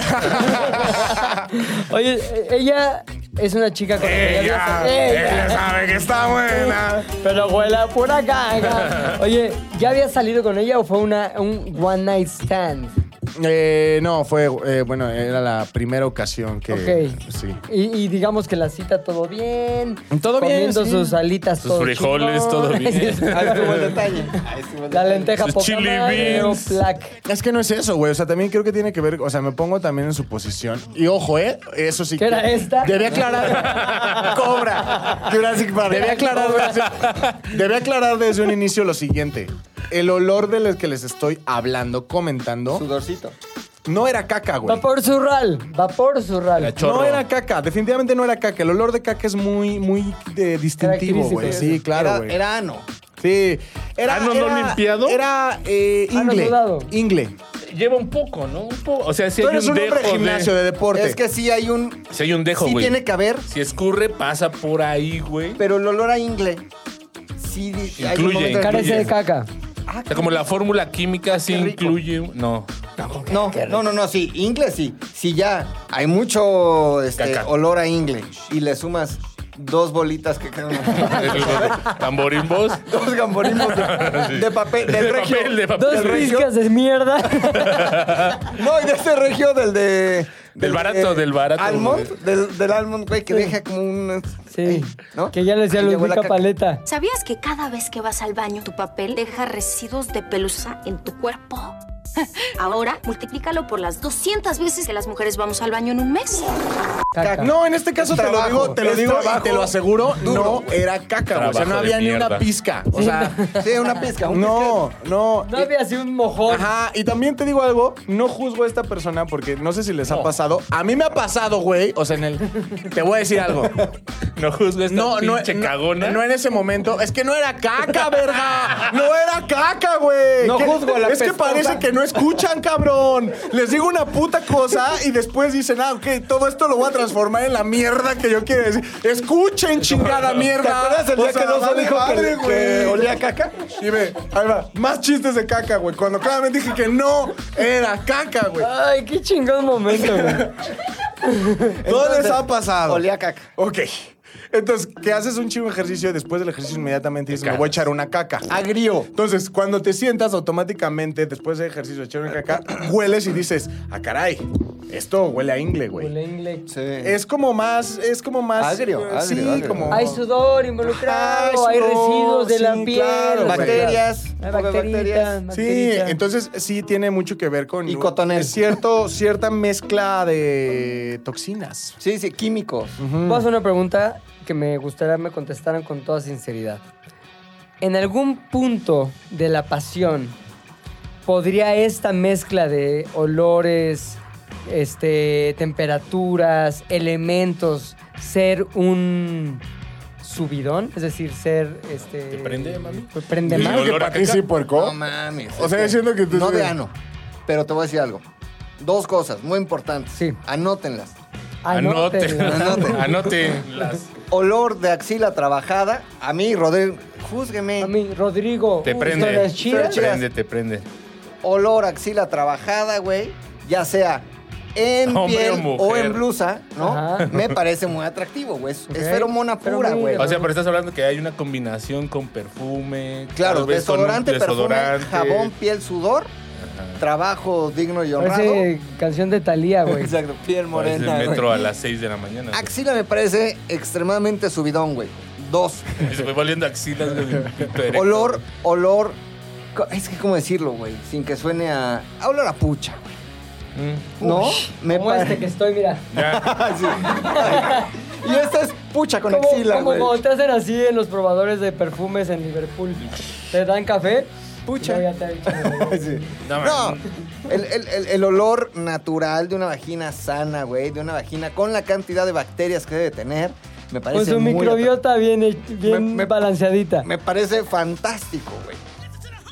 Oye, ella es una chica con la que ya
ella,
habías-
ella sabe que está buena.
Pero huela pura caca. Oye, ¿ya habías salido con ella o fue una, un one night stand?
Eh, no, fue, eh, bueno, era la primera ocasión que...
Ok.
Eh, Sí.
Y, y digamos que la cita todo bien.
Todo bien,
Comiendo
sí.
sus alitas
Sus
todo
frijoles, todo bien.
Ahí estuvo el detalle. Ahí estuvo el
La
detalle.
lenteja
Sus
poca
chili
madre, pero
beans.
plac.
Es que no es eso, güey. O sea, también creo que tiene que ver. O sea, me pongo también en su posición. Y ojo, ¿eh? Eso sí.
¿Qué
que
era esta?
Debía aclarar. Cobra. Jurassic Park. Debía aclarar, desde, debí aclarar desde un inicio lo siguiente. El olor de los que les estoy hablando, comentando,
Sudorcito.
no era caca, güey.
Vapor surral. Vapor surral.
La chorro.
No era caca, definitivamente no era caca. El olor de caca es muy, muy eh, distintivo,
Característico.
güey. Sí, claro,
Era-
güey.
Era ano.
sí. Era,
¿Ano ¿Ah, no
era-
limpiado?
Era eh,
Ano
ingle.
Ah, sudado.
Ingle.
Lleva un poco, ¿no? Un poco. O sea, si
Tú
hay
eres
un
un hombre
dejo
de gimnasio, de deporte.
Es que sí hay un.
Si hay un dejo,
sí
güey.
tiene que haber,
Si escurre, pasa por ahí, güey.
pero el olor a ingle. Sí, di- hay un
Incluye,
momento en-
Carece de
incluye.
caca.
O sea, como la fórmula química sí
Qué rico.
incluye. un- No.
No, no, no, no, sí, ingle sí. Si ya hay mucho este,
Caca.
olor a ingle y le sumas dos bolitas que caen.
Tamborimbos.
dos gamborinos de, de papel, del
De
regio.
papel, de
Dos
papel.
pizcas de mierda.
No, y de ese regio del de.
Del barato,
eh,
del barato,
Almond,
güey.
del, del almond, güey, que deja como un.
Sí.
¿No?
Que ya le decía
Ahí
Luis
llegó la
Mica
caca.
Paleta.
¿Sabías que cada vez que vas al baño, tu papel deja residuos de pelusa en tu cuerpo? Ahora, multiplícalo por las 200 veces que las mujeres vamos al baño en un mes.
Caca.
No, en este caso
Es
te lo
trabajo,
digo, te lo
es
digo y
trabajo
te lo aseguro,
duro,
no
güey.
era caca, güey. O sea,
Trabajo
no
de
había ni una
mierda.
pizca. O sea,
Sí, una pizca, un
no, no.
No había así un mojón.
Ajá, y también te digo algo, no juzgo a esta persona porque no sé si les ha pasado. A mí me ha pasado, güey. O sea, en el. Te voy a decir algo.
No juzgues esta
No, no,
pinche
no,
cagona.
no en ese momento. Es que no era caca, verga. No era caca, güey.
No
¿Qué-
juzgo a la
Es que
pestosa.
parece que no escuchan, cabrón. Les digo una puta cosa y después dicen, ah, ok, todo esto lo voy a transformar en la mierda que yo quiero decir. Escuchen, chingada mierda.
¿Te acuerdas el
O
día
Pues
sea,
que Doso
vale
dijo que-
madre,
que,
güey.
olía a caca?
Y ve, ahí va, más chistes de caca, güey. Cuando claramente dije que no era caca, güey.
Ay, qué chingón momento, güey.
Todo
Entonces,
les ha pasado.
Olía a caca.
Ok. Entonces, que haces un chingo de ejercicio y después del ejercicio inmediatamente dices, me voy a echar una caca.
Agrio.
Entonces, cuando te sientas automáticamente después del ejercicio de echar una caca, hueles y dices, ah, caray, Esto huele a ingle, güey.
Huele a ingle.
Sí.
Es como más, es como más.
Agrio,
eh, sí,
agrio, agrio.
como.
Hay sudor involucrado,
Ajá,
hay
sudor,
residuos de
sí,
la piel.
claro,
o sea,
Bacterias,
hay
poco de
bacteritas,
bacterias.
Sí,
bacteritas.
entonces sí tiene mucho que ver con.
Y cotonel.
es Cierto, cierta mezcla de toxinas.
Sí, sí, químicos.
Voy a hacer una pregunta que me gustaría me contestaran con toda sinceridad. ¿En algún punto de la pasión podría esta mezcla de olores, este, temperaturas, elementos ser un subidón? Es decir, ser este. ¿Te
prende, mami?
prende
Sí,
más?
olor a caca.
puerco.
No mames.
O
es
sea,
que
diciendo que tú-
No de ano. Pero te voy a decir algo. Dos cosas muy importantes.
Sí.
Anótenlas.
Ah,
Anoten,
Anótenla.
anoten, anoten las.
Olor de axila trabajada. A mí, Rodrigo, júzgueme.
A mí, Rodrigo,
Te prende.
historias
Te
chidas.
prende, te prende.
Olor a axila trabajada, güey. Ya sea en
Hombre o
piel o,
mujer.
en blusa, ¿no?
Ajá.
Me parece muy atractivo, güey. Es, es
Ok.
feromona pura,
Feromona.
güey.
O sea, pero estás hablando que hay una combinación con perfume.
Claro,
tal vez con un
desodorante,
desodorante.
perfume, jabón, piel, sudor. Trabajo digno
Pues
y honrado.
Parece canción de Thalía, güey.
Exacto, piel
Parece
morena. güey.
metro a las 6 de la mañana.
Axila me parece extremadamente subidón, güey. Dos.
Y Se fue volviendo axilas de
Olor, olor. co- Es que, ¿cómo decirlo, güey? Sin que suene a. a olor a pucha, güey. ¿No? Me
Mm. Como
parece
este que estoy, mira.
Y esta es pucha con
como,
axila,
como
güey.
cuando te hacen así en los probadores de perfumes en Liverpool. Te dan café.
Pucha.
luego ya te echan el-
Sí.
No,
No,
man.
el, el- el- el olor natural de una vagina sana, güey, de una vagina con la cantidad de bacterias que debe tener, me
Con
parece
su
muy
Pues microbiota bien, hech- bien
Me- me-
balanceadita.
Me parece fantástico, güey.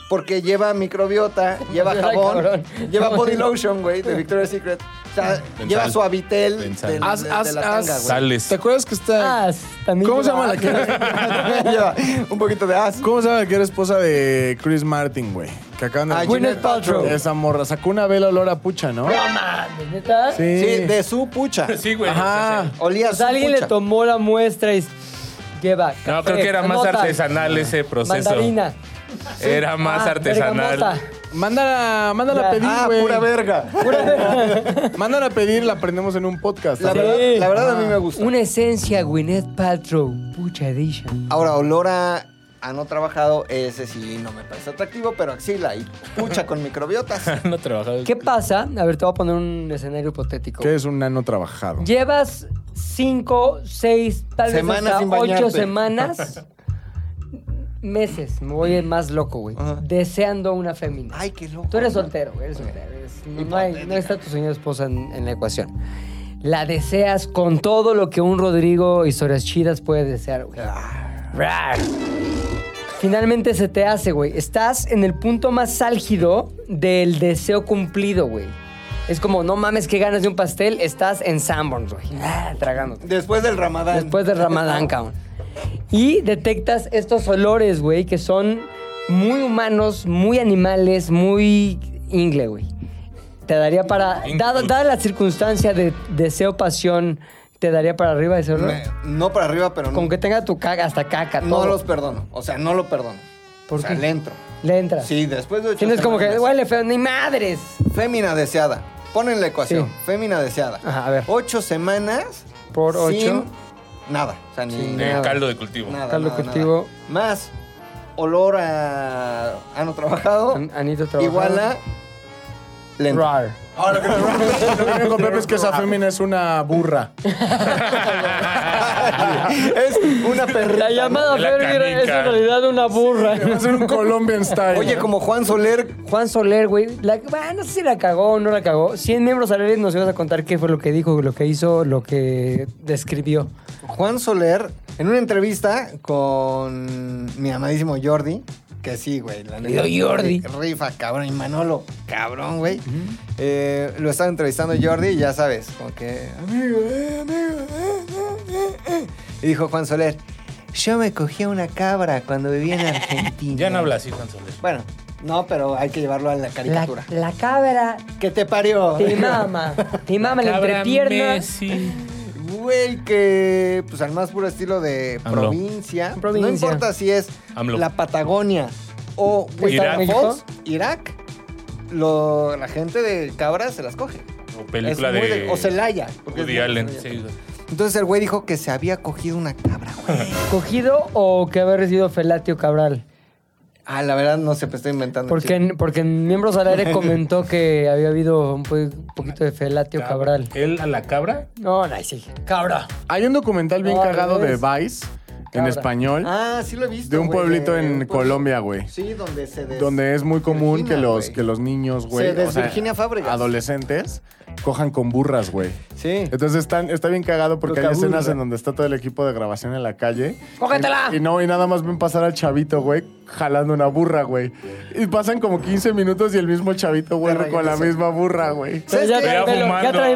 Porque lleva microbiota, lleva
Ay, cabrón.
jabón, lleva
No,
body
no.
lotion, güey, de Victoria's Secret. O sea,
Benzal.
lleva suavitel de,
Benzal.
de-
Haz,
de
haz,
la tanga,
haz.
güey.
Sales.
¿Te acuerdas que está.
Ah, también
¿Cómo se
lleva-
llama la que.?
lleva un poquito de as.
¿Cómo se llama la que era esposa de Chris Martin, güey? Que acaban de.
Ah,
Gwyneth Paltrow.
Esa morra. Sacó una vela olor a pucha, ¿no?
No mames, ¿neta?
Sí.
Sí, de su pucha.
Sí, güey.
Ajá.
Olía a
O
su
sea, Pues alguien
pucha.
le tomó la muestra y s- lleva
o sea, No, creo
café,
que era más
anota,
artesanal ese proceso.
Eh, Mandarina.
Era más
Ah,
artesanal.
bergamota.
Mándala, mándala
Ya.
a pedir,
Ah,
güey.
pura verga.
Mándala a pedir, la aprendemos en un podcast.
La
¿sabes?
verdad, la verdad
Ah.
a mí me gusta.
Una esencia Gwyneth Paltrow. Pucha edition.
Ahora, olor a, a no trabajado, ese sí no me parece atractivo, pero axila y pucha con microbiotas.
No trabajaba.
¿Qué pasa? A ver, te voy a poner un escenario hipotético.
Que es un nano trabajado.
Llevas cinco, seis, tal vez
Semanas
hasta
sin
ocho
bañarte.
semanas, meses, me voy más loco, güey,
Ajá.
deseando una fémina.
Ay, qué loco.
Tú eres soltero, güey, eres soltero. eres- no, hay- no está tu señora esposa en, en la ecuación. La deseas con todo lo que un Rodrigo Historias Chidas puede desear, güey. Rar. Finalmente se te hace, güey. Estás en el punto más álgido del deseo cumplido, güey. Es como, no mames que ganas de un pastel, estás en Sanborns, güey. Ah, tragándote.
Después del ramadán.
Después del Ramadán, cabrón. Y detectas estos olores, güey, que son muy humanos, muy animales, muy ingle, güey. Te daría para.
Ingle.
Dada, dada la circunstancia de deseo, pasión, ¿te daría para arriba ese olor?
Me- no para arriba, pero
Con
no,
que tenga tu caga hasta caca,
no
todo.
los perdono. O sea, no lo perdono.
¿Por
o sea,
qué?
le entro.
Le entras.
Sí, después de ocho
Tienes como que
semanas.
huele feo, ni madres.
Fémina deseada. Pon en la ecuación.
Sí.
Fémina deseada.
Ajá, a ver.
Ocho semanas.
Por ocho.
Sin nada. O sea, ni
Sin
nada.
nada.
caldo de cultivo.
Nada,
Caldo
nada,
cultivo.
nada. Más olor a ano trabajado.
An- anito trabajado.
Igual a. le entro.
Rar.
Ahora lo que me compré es que esa fémina es una burra.
es una perrita.
La llamada
La
Fergie es
canica.
en realidad una burra.
Es un Colombian style.
Oye, como Juan Soler.
Juan Soler, güey, la- bueno, no sé si la cagó o no la cagó. 100 miembros alegres nos ibas a contar qué fue lo que dijo, lo que hizo, lo que describió.
Juan Soler, en una entrevista con mi amadísimo Jordi, que sí, güey, la neta.
Yo, Jordi.
Rifa, cabrón, y Manolo, cabrón, güey. Eh, lo estaba entrevistando Jordi, y ya sabes, como que, amigo, eh, amigo, eh, eh, eh". Y dijo Juan Soler, yo me cogí a una cabra cuando vivía en Argentina.
Ya no habla así, Juan Soler.
Bueno, no, pero hay que llevarlo a la
La,
caricatura.
la cabra
¿Qué te parió?
te mama, te mama la
Cabra
entrepierna.
Messi.
Güey, que pues al más puro estilo de
AMLO.
provincia,
Provincia.
No importa si es
AMLO.
la Patagonia o
Irak.
Guatemala, Irak, lo- la gente de Cabra se las coge.
O película
Es muy
de.
O Celaya. porque
Woody
es-
Allen. Sí.
Entonces el güey dijo que se había cogido una cabra, güey.
¿Cogido o que haber recibido Felatio Cabral?
Ah, la verdad no se me estoy inventando.
Porque
chico.
en, porque en Miembros al Aire comentó que había habido un po- poquito de Felatio Cabral.
Él a la cabra.
No, no, sí. Cabra.
Hay un documental bien
No, al
cagado de
revés.
Vice en
Cabra.
español.
Ah, sí lo he visto.
De un
güey,
pueblito
de-
en
un pueblo-
Colombia, güey.
Sí, donde se des-
Donde es muy común
Virginia,
que, los,
güey.
que los niños, güey.
Se desvirginia Fábregas.
Adolescentes cojan con burras, güey.
Sí.
Entonces están, está bien cagado porque hay
Toca
escenas
burra.
en donde está todo el equipo de grabación en la calle.
¡Cógetela!
Y, y no, y nada más ven pasar al chavito, güey, jalando una burra, güey. Y pasan como 15 minutos y el mismo chavito vuelve con la
regresa.
misma burra, güey.
Pero ya,
qué?
trae
Vea
velo, ya
fumando.
trae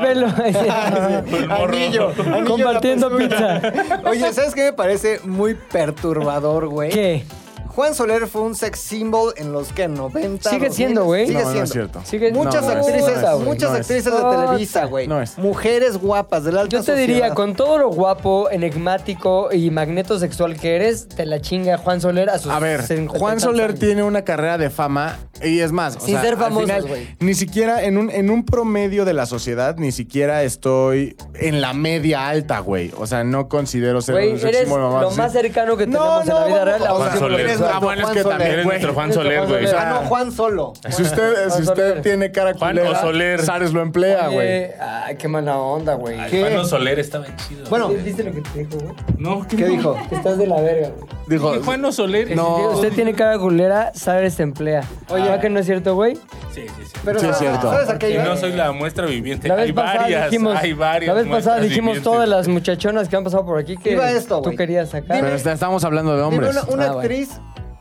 velo.
El morro.
Anillo, anillo en la
Compartiendo
postura.
pizza.
Oye, ¿sabes qué me parece muy perturbador, güey?
¿Qué?
Juan Soler fue un sex symbol en los que 90.
Sigue siendo, güey.
Sigue
no,
siendo.
no es cierto.
Sigue-
Muchas
No, güey,
actrices,
no es, güey,
muchas
no es.
actrices de
No,
Televisa, güey.
no es.
Mujeres guapas de la alta
Yo te diría, con todo lo guapo, enigmático y magneto sexual que eres, te la chinga Juan Soler a sus
A ver,
70
Juan
tantos
Soler
años.
tiene una carrera de fama y es más, o
Sin
sea,
ser
al
famosos,
final,
güey.
Ni siquiera en un, en un promedio de la sociedad, ni siquiera estoy en la media alta, güey. O sea, no considero ser
Güey,
un
eres
sexismo de mamá,
lo
sí.
más cercano que tenemos
No, no,
en la vida real.
vamos,
a
o
Juan
Juan
sea,
Soler.
Soler.
eres- ah, bueno, es que
Juan Soler.
también,
Eres
güey.
nuestro Juan
Nuestro
Soler,
Juan
güey. O
Soler.
sea,
Ah, no, Juan Solo.
Si usted, si
Juan
usted
Soler.
tiene cara
Juan
culera,
Soler.
Sares lo emplea, güey.
Oye, Ay, qué mala onda, güey.
Ay,
¿Qué?
Juan Soler estaba chido.
Bueno,
¿Viste lo que te dijo, güey?
no,
¿qué dijo?
Que estás de la verga, güey.
Dijo,
¿Qué Juan Soler?
No.
Usted tiene cara culera, sabes emplea. Oye, ¿verdad que no es cierto, güey?
Sí, sí, sí.
Pero
Sí, es
¿sabes-
cierto.
¿sabes a qué
Que
iba?
no soy la muestra viviente.
La vez
Hay
pasada
varias,
dijimos,
hay varias.
la vez pasada
muestras
dijimos
vivientes.
todas las muchachonas que han pasado por aquí que
Iba esto,
tú
güey.
querías sacar.
Pero está- estamos hablando de
Dime
hombres.
una, una
Ah, bueno.
actriz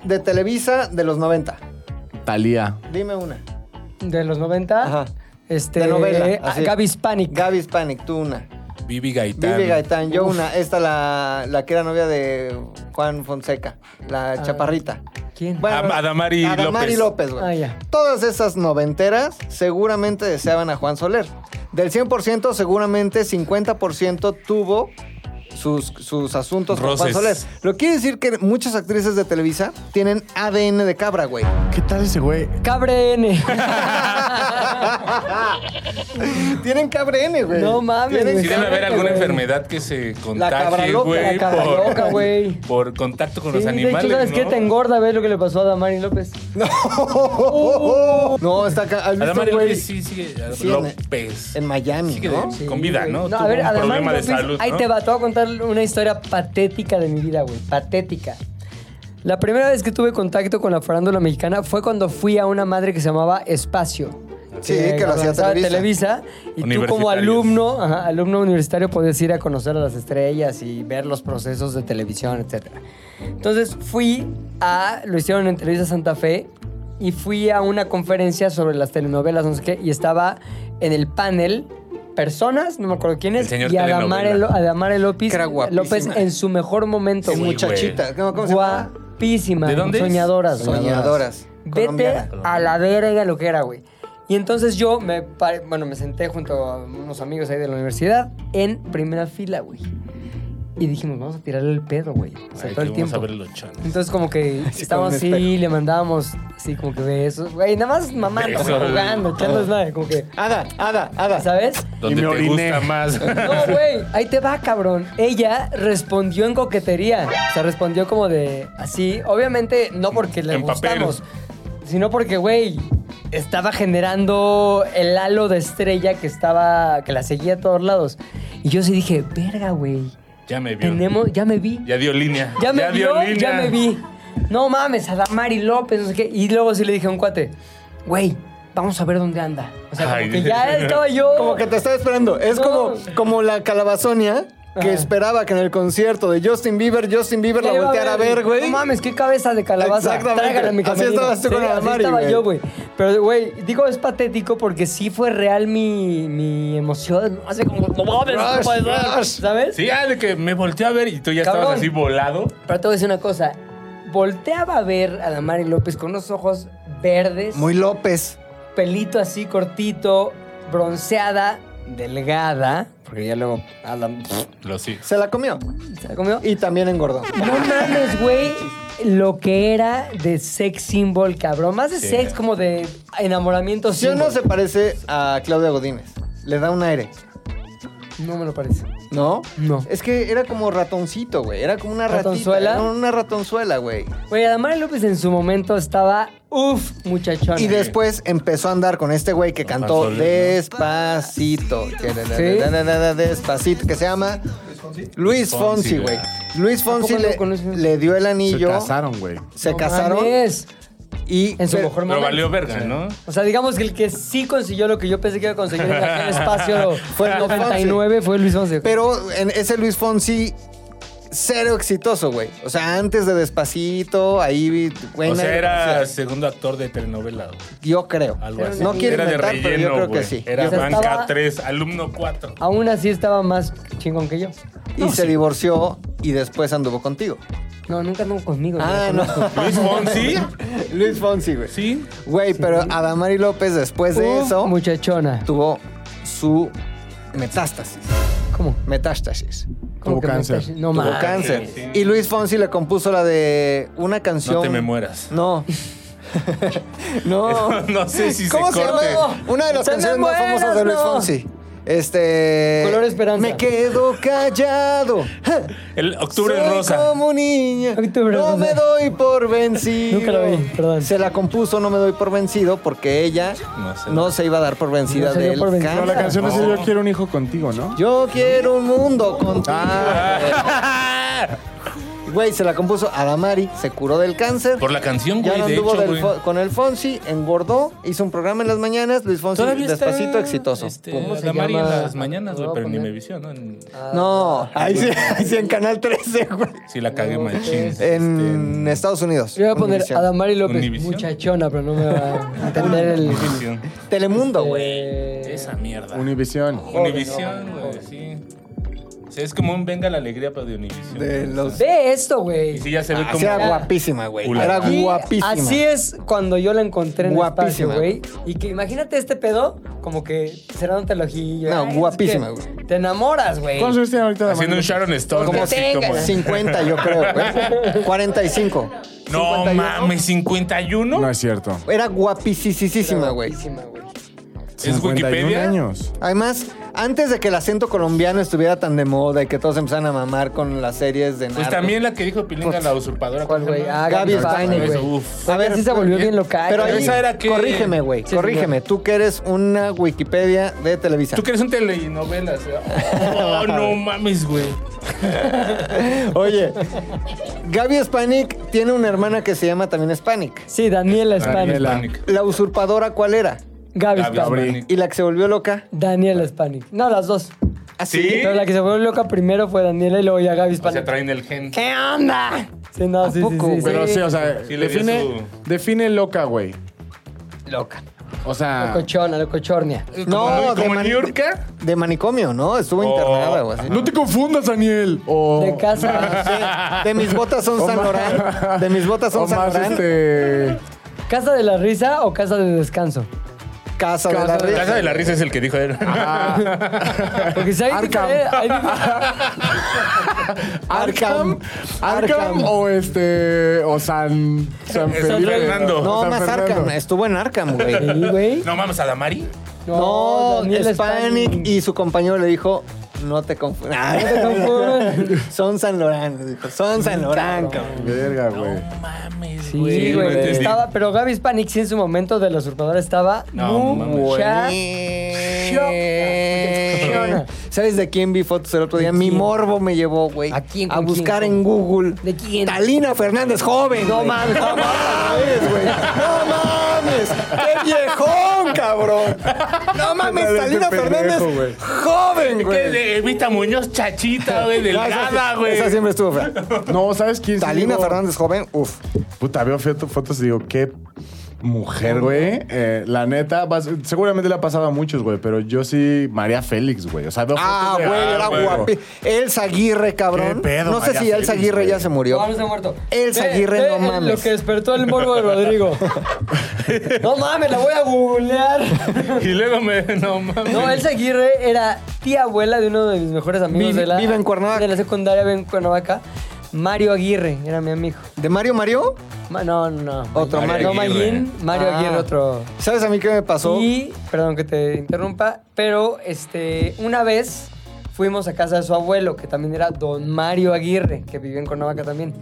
de Televisa de los 90.
Talía.
Dime una.
De los 90.
Ajá.
Este,
de novela.
eh,
así.
Gaby Hispanic.
Gaby Hispanic, tú una.
Vivi Gaitán.
Vivi Gaitán, yo una. Esta la, la que era novia de Juan Fonseca,
Ah.
la chaparrita.
¿Quién?
Am- Adamari
Adamari
López.
López, güey.
Ah, ya.
Todas esas noventeras seguramente deseaban a Juan Soler. Del 100%, seguramente 50% tuvo sus, sus asuntos con Juan
Roces.
Soler. Lo que quiere decir que muchas actrices de Televisa tienen ADN de cabra, güey.
¿Qué tal ese güey?
Cabre N.
tienen cabra N, güey.
No mames,
Tienen
güey.
Si debe haber
cabra N,
alguna
güey.
enfermedad que se
cabra
contagie,
loca,
güey.
la cabra
por-
loca, güey.
Por contacto con los
Sí,
animales.
de hecho, ¿sabes
¿no?
qué? Te engorda, ¿ves lo que le pasó a Damari López?
No, está acá. ¿Has visto,
Adamari
güey?
López sí sigue.
Sí, en-
López.
en Miami,
Sigue
¿no?
de- con vida, ¿no?
No, a
Tuvo
ver,
un
además,
problema
López,
de salud.
ahí
¿no?
te va, te voy a contar una historia patética de mi vida, güey. Patética. La primera vez que tuve contacto con la farándula mexicana fue cuando fui a una madre que se llamaba Espacio.
Sí, que lo hacía
organizaba
Televisa.
Y tú como
Universitarios.
alumno, ajá, alumno universitario, podías ir a conocer a las estrellas y ver los procesos de televisión, etc. Entonces fui a, lo hicieron en Televisa Santa Fe, y fui a una conferencia sobre las telenovelas, no sé qué, y estaba en el panel personas, no me acuerdo quiénes,
El señor
y Adamare, Lo-
telenovela.
Adamare López,
Que era guapísima.
López en su mejor momento,
Sí,
güey.
Muchachita. ¿Cómo, cómo se llama?
Guapísima.
¿De dónde es?
Soñadoras. güey.
Soñadoras.
Vete
Colombiana.
a la verga lo que era, güey. Y entonces yo me, paré- bueno, me senté junto a unos amigos ahí de la universidad en primera fila, güey. Y dijimos, vamos a tirarle el pedo, güey. O sea,
Ay,
todo
que
el
vamos
tiempo.
a ver los chones.
Entonces como que estábamos
con un
así,
espejo.
le mandábamos así como que besos, güey, nada más mamando,
Besos.
jugando, echando nada, como que,
Ada, Ada, Ada.
¿sabes?
Donde
me
te
oriné.
gusta más.
No, güey, ahí te va, cabrón. Ella respondió en coquetería. O sea, respondió como de así. Obviamente, no porque le
En papel.
gustamos, sino porque, güey, estaba generando el halo de estrella que estaba, que la seguía a todos lados. Y yo sí dije, verga, güey.
ya me vio.
Tenemos, ya me vi.
Ya dio línea.
Ya me
dio
vio,
línea.
ya me vi. No mames, Adamari López, no sé qué. Y luego sí le dije a un cuate, güey, vamos a ver dónde anda. O sea, como
Ay.
que ya estaba yo.
Como que te estaba esperando. Es
No.
como, como la calabazonia que
Ajá.
esperaba que en el concierto de Justin Bieber, Justin Bieber la
¿Qué iba
volteara a ver, güey.
No mames, qué cabeza de calabaza.
Exactamente.
Tráigala a mi
Así
camerino.
estabas tú con
así
Adamari,
estaba
güey.
yo, güey. Pero, güey, digo, es patético porque sí fue real mi, mi emoción. Hace como, no mames, no
Rush,
puede ser",
rush.
¿Sabes?
Sí, ah, de que me volteé a ver y tú ya
Cabrón.
estabas así volado.
Pero te voy a decir una cosa. Volteaba a ver a Damari López con unos ojos verdes,
Muy López.
pelito así cortito, bronceada, delgada. Porque ya luego Adam
Lo sí.
Se la comió.
se la comió.
Y también engordó.
No mames, güey. Lo que era de sex symbol, cabrón. Más de sex como de enamoramiento
Yo
symbol.
no se parece a Claudia Godínez. le da un aire.
No me lo parece.
¿No?
No.
Es que era como ratoncito, güey. Era como una ratita,
¿Ratonzuela?
era una ratonzuela, güey.
Güey, Adamari López en su momento estaba, uff, muchachón.
Y después empezó a andar con este güey que cantó
Solís, ¿no?
Despacito. Despacito, que se llama Luis Fonsi,
Fonsi,
güey.
¿verdad?
Luis Fonsi
¿A poco
le,
lo conoces?
le dio el
Se
anillo.
casaron, güey.
Se casaron. Y
En su
pero-
mejor
Pero
momento.
valió verga, ¿no?
O sea, digamos que el que sí consiguió lo que yo pensé que iba a conseguir en aquel espacio fue el 99, fue Luis Fonsi.
Pero en ese Luis Fonsi, cero exitoso, güey. O sea, antes de Despacito, ahí, güey.
O sea,
nadie
era
conocía.
segundo actor de telenovela, güey.
Yo creo.
Algo así.
No quiero
Era de
inventar, pero yo
relleno,
creo
güey.
que sí.
Era
O sea,
banca
estaba-
3, alumno 4.
Aún así estaba más chingón que yo.
Y se divorció y después anduvo contigo.
No, nunca anduvo conmigo.
Ah,
yo
no.
conozco.
Luis Fonsi,
Luis Fonsi, güey.
sí.
Güey, pero Adamari López después de
Uf,
eso
Muchachona.
tuvo su metástasis.
¿Cómo?
Metástasis.
¿Cómo
Tuvo
me
cáncer.
estás- No
Tuvo
mames.
cáncer.
sí.
Y Luis Fonsi le compuso la de una canción.
No te me mueras.
No. no.
No sé si se
¿Cómo se
corte.
llama? Una de las
Se me
canciones más
mueras,
famosas de Luis
no.
Fonsi. Este.
Color Esperanza.
Me quedo callado.
El octubre
Soy
rosa.
como niña.
Octubre
no
rosa.
me doy por vencido.
Nunca lo vi, perdón.
Se la compuso No me doy por vencido porque ella no
No
se,
se-
iba a dar por vencida
No se dio
del
por vencida.
No,
cáncer.
la canción es
No.
Yo quiero un hijo contigo, ¿no?
Yo quiero un mundo contigo.
Ah.
Güey, se la compuso Adamari, se curó del cáncer.
Por la canción,
ya
güey,
no
de
anduvo
hecho,
del
güey.
Fo- con el Fonsi, engordó, hizo un programa en las mañanas, Luis Fonsi
está,
despacito exitoso.
Este,
¿Cómo se
la Mari
llama?
en las mañanas, güey,
Lo voy a
pero en
poner.
Imevisión, ¿no? En- ah,
No, ahí Ah, sí, ahí sí en Canal 13, güey.
sí la cagué machín. este,
En Estados Unidos.
Yo voy a poner
Univision.
Adamari López,
Univision.
muchachona, pero no me va a entender el.
Univisión.
Telemundo, güey.
Eh,
Esa mierda.
Univisión.
Univisión, güey, sí. O sea, es como un venga la alegría, pero de Univisión.
Eh,
De los-
Ve esto, güey.
Y sí, ya se ve
Ah, sí,
como.
era guapísima, güey.
Ula.
Era
Y
guapísima.
Así es cuando yo la encontré en guapísima.
Guapísima,
güey. Y que imagínate este pedo, como que cerrándote el ojillo.
No,
es
guapísima,
que
güey.
Te enamoras, güey.
¿Cuántos años tiene ahorita?
Haciendo
Adamari?
un Sharon Stone.
Como
así
tenga.
como-
50, yo creo, güey. 45.
No
51.
mames, 51.
No es cierto.
Era guapísima, güey.
Guapísima, güey.
¿Es
51
Wikipedia?
años.
Además, antes de que el acento colombiano estuviera tan de moda y que todos empezaran a mamar con las series de
Pues
narcos.
también la que dijo Pilinga, la usurpadora.
¿Cuál, güey? Ah,
Gaby
Gaby
Steiner,
Steiner,
güey.
güey.
Uf.
A ver, sí se volvió bien local.
Pero ahí,
esa era que-
corrígeme, güey,
Sí,
corrígeme. Tú que eres una Wikipedia de Televisa.
Tú que eres un telenovela, o sea. Oh, no mames, güey.
Oye, Gaby Spanik tiene una hermana que se llama también Spanik.
Sí, Daniela Spanik.
Daniela.
Panic.
¿La usurpadora cuál era?
Gaby
Gaby
Spanik.
Spanik.
¿Y la que se volvió loca?
Daniela Spanik. No, las dos.
¿Sí?
Pero la que se volvió loca primero fue Daniela y luego ya Gaby
O sea,
Spanik.
traen el gen.
¿Qué onda? Sí, no, sí, sí,
poco,
sí, sí.
Pero sí, o sea,
Sí le dio
define, define loca, güey.
Loca.
O sea,
Locochona, locochornia.
No,
como,
de,
como
mani-
New Yorker.
de manicomio, ¿no? Estuvo internada o así.
no te confundas, Daniel. O,
De casa.
Sí, De mis botas son
O
San
más-
Lorán. De mis botas son
o
San
más
Lorán.
este.
¿Casa de la risa o casa de descanso?
Casa, de la
Casa de
Risa.
Casa de la Risa es el que dijo él.
Porque si hay
Arkham.
difere- hay difere-
Arkham.
Arkham.
Arkham.
Arkham o este. O San. San Felipe.
Fernando.
O
No,
San
más
Fernando.
Arkham. eh. Estuvo en Arkham, güey.
Sí, güey.
No mames, Adamari.
No,
Daniela
Hispanic. Y su compañero le dijo, no te confundas.
confundas.
son San Lorán. le dijo, Son San Lorán, cabrón.
Verga, güey.
Mames,
Sí,
no
güey.
entendí.
estaba, pero Gaby Hispanic sí en su momento de la usurpadora estaba
No,
mucha.
Buenísimo. ¿Sabes de quién vi fotos el otro día? Mi morbo me llevó, güey.
¿A quién,
A
con quién,
buscar
con-
en Google.
¿De quién?
Talina Fernández, joven. No mames. No mames, güey. No mames. Qué viejón, cabrón. No mames, Talina
pendejo,
Fernández,
güey.
joven,
Que
güey.
de Evita Muñoz, chachita, güey,
No, esa sí-
delgada, güey.
Esa siempre estuvo fea.
No, ¿sabes quién? sí
Talina
digo?
Fernández, joven, uf.
Puta, veo foto- fotos y digo, qué mujer, güey. Eh, la neta, vas- seguramente le ha pasado a muchos, güey, pero yo sí, María Félix, güey. O sea, veo
Ah,
fotos de-
güey, era
ah, güey.
guapi. Elsa Aguirre, cabrón.
pues, ¿Qué pedo,
no sé
María
si Elsa
Félix,
Aguirre
güey?
ya se murió.
No, no está muerto.
Elsa
Ve-
Aguirre,
ve
no
el-
mames.
Lo que despertó el morbo de Rodrigo. no mames, la voy a googlear.
Y luego me. No mames.
No, Elsa Aguirre era tía abuela de uno de mis mejores amigos
Vive-
de la.
vive en Cuernavaca.
De la secundaria, vive en Cuernavaca. Mario Aguirre, era mi amigo.
¿De Mario Mario?
Ma- no, no.
Otro
No,
Mario Aguirre.
Mayín, Mario
Ah.
Aguirre, otro.
¿Sabes a mí qué me pasó?
Y, perdón que te interrumpa, pero este, una vez fuimos a casa de su abuelo, que también era don Mario Aguirre, que vivió en Cuernavaca también.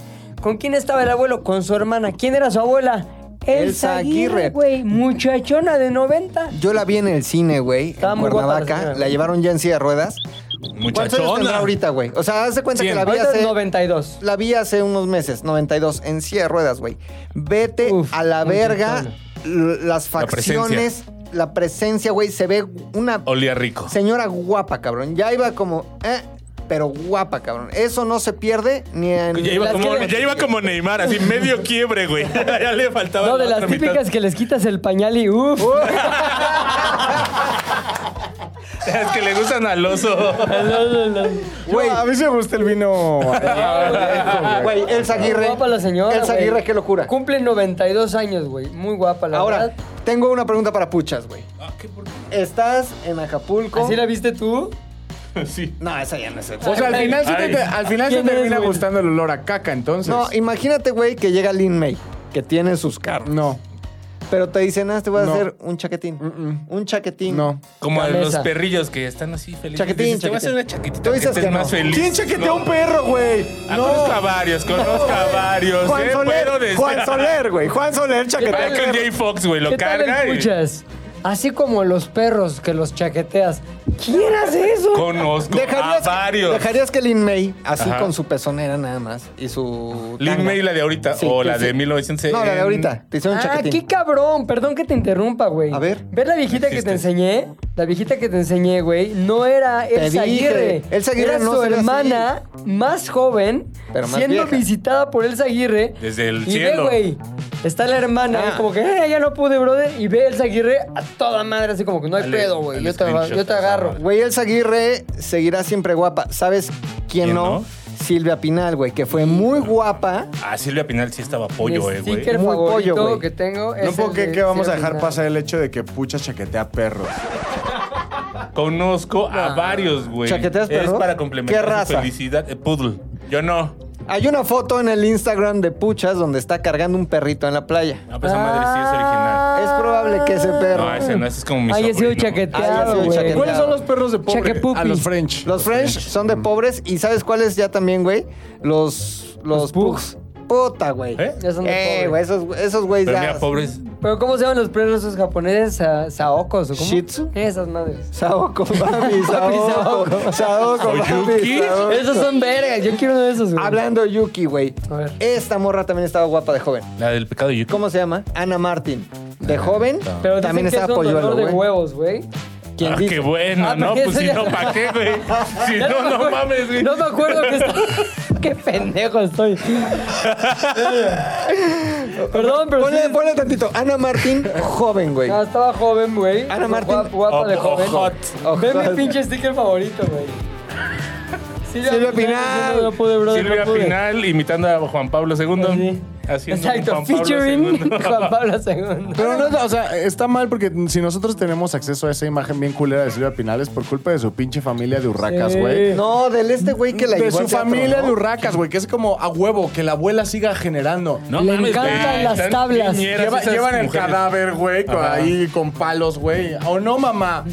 ¿Con quién estaba el abuelo? Con su hermana. ¿Quién era su abuela?
Elsa Aguirre.
güey. Muchachona de 90.
Yo la vi en el cine, güey,
Estaba
en
muy guapa la
Cuernavaca.
señora.
La llevaron ya en silla de ruedas. ¿Cuántos años tendrá
Muchachona.
ahorita, güey? O sea, haz de cuenta
Cien.
que la vi
Ahorita es
hace...
92.
La vi hace unos meses, 92, en silla de ruedas, güey. Vete
Uf,
a la
muy
verga,
chingona.
l- las
La
facciones, la presencia, güey. Se ve una
Olía rico.
señora guapa, cabrón. Ya iba como, eh, pero guapa, cabrón. Eso no se pierde ni en.
Ya iba,
las
como,
que-
ya iba como Neymar, así medio quiebre, güey. ya le faltaba.
No,
la
de las
otra mitad.
típicas que les quitas el pañal y uff.
Las que le gustan al oso.
Güey.
No, a mí sí me gusta el vino.
Güey, Elsa Aguirre.
guapa la señora.
Elsa
güey.
Aguirre, qué locura.
Cumple 92 años, güey. Muy guapa, la
Ahora,
verdad.
tengo una pregunta para puchas, güey. Estás en Acapulco.
¿Así la viste tú?
sí.
No, esa ya no es
O sea, al final sí te,
Ay.
te- al final sí
¿Quién
te
es,
termina
güey?
gustando el olor a caca, entonces.
No, imagínate, güey, que llega Lin May, que tiene sus carros.
No.
Pero te dicen, ah, te voy a
No.
hacer un chaquetín.
Mm-mm.
Un chaquetín.
No.
Como a los
Camisa.
perrillos que están así felices.
Chaquetín,
Dices, Te voy a hacer
chaquetín.
una chaquetita.
Tú dices
que estés
que no.
más feliz.
¿Quién chaquetea
No.
a un perro, güey?
Ah, Conozco a varios, conozco a varios.
Juan
¿eh? Puedo
Soler,
decir-
Juan Soler, güey. Juan Soler chaquetea.
Michael J. Fox, güey, lo
¿Qué tal
carga y-
escuchas? Así como los perros que los chaqueteas. ¿Quién hace eso?
Conozco
¿Dejarías,
a varios.
dejarías que Lin May, así
Ajá.
con su pezonera nada más, y su.
Lin
tanga.
May, la de ahorita,
Sí,
o
sí,
la de
sí.
1900.
No, la de ahorita. Te hicieron un
Ah,
chaquetín.
qué cabrón. Perdón que te interrumpa, güey.
A ver.
¿Ves la viejita que te
Dijiste.
enseñé? La viejita que te enseñé, güey, no era Elsa
dije,
Aguirre.
Elsa Aguirre
era
no
su
será
hermana más joven,
Pero más
siendo
vieja.
visitada por Elsa Aguirre.
Desde el
y
cielo.
Ve, güey, está la hermana,
Ah.
como que "Eh, ya no pude, brother. Y ve Elsa Aguirre a toda madre, así como que no hay
Dale,
pedo, güey.
dale
Yo, te agarro-
screenshot
yo te
a esa
agarro.
madre.
Güey, Elsa Aguirre seguirá siempre guapa. ¿Sabes quién,
¿Quién
no?
no?
Silvia Pinal, güey, que fue muy guapa.
Ah, Silvia Pinal sí estaba pollo,
Mi
eh, güey.
sticker
Muy pollo,
favorito
güey.
que tengo es
No
el
puedo creer
de
que vamos a
Silvia
dejar
Pinal.
pasar el hecho de que Pucha chaquetea perros.
Conozco a varios, güey.
¿Chaqueteas perro?
Es para complementar
¿Qué
su
raza?
felicidad. Eh, Poodle. Yo no.
Hay una foto en el Instagram de Puchas donde está cargando un perrito en la playa.
No, pues a madre sí es original.
Es probable que ese perro.
No, ese no, ese es como mi
Ah. Ay, he sido
sobrino.
Ay, Ah, he
chaqueteado,
sido
güey.
chaqueteado.
¿Cuáles son los perros de pobre?
Chaquepupis.
A los French.
Los French son de pobres y ¿sabes cuáles ya también, güey? Los los
Los
pugs.
pugs.
Puta, güey.
¿Eh?
Ya son de
Eh,
pobre.
güey, esos esos güeyes
Pero
ya.
mira, pobres.
Pero ¿cómo se llaman los perros esos japoneses? Sa- ¿Saokos o cómo?
Shih Tzu.
Esas madres.
Saoko, papi, Saoko.
Saoko.
Saoko, papi,
Oyuki.
Saoko.
Esos son vergas. Yo quiero uno de esos, güey.
Hablando de Yuki, güey.
A ver.
Esta morra también estaba guapa de joven.
La del pecado Yuki.
¿Cómo se llama? Ana Martín. De joven,
Pero dicen
también
que
estaba
es un dolor
polluelo,
de
güey.
huevos, güey.
¿Quién
Ah,
dice?
qué bueno,
Ah,
¿no?
porque
Pues
eso
si
ya-
no, ¿pa' qué, güey? Si
Ya
no,
me
no
acuerdo-
mames, güey.
No me acuerdo que está... qué pendejo estoy. Perdón, pero
Ponle,
sí-
ponle tantito. Ana Martín, joven, güey.
No, estaba joven, güey.
Ana Martín.
Guapa, guapa de
Ojo,
joven.
hot.
Ve
Ojo.
mi pinche sticker favorito, güey. Silvia,
Silvia Pinal.
No, no pude, brother,
Silvia
no pude.
Pinal imitando a Juan Pablo II.
Sí.
Haciendo un
Exacto,
Juan Pablo
featuring
II.
Juan Pablo II.
Pero no, o sea, está mal porque si nosotros tenemos acceso a esa imagen bien culera de Silvia Pinal es por culpa de su pinche familia de hurracas,
Sí.
güey.
No, del este güey que la
de
llevó
su
al teatro,
familia
¿no?
de hurracas, güey, que es como a huevo que la abuela siga generando.
No
Le
mames, güey.
encantan las
Están
tablas.
piñeras
Lleva-
esas
llevan el
mujeres.
cadáver, güey, con-
Ajá.
ahí con palos, güey. ¿O no, mamá?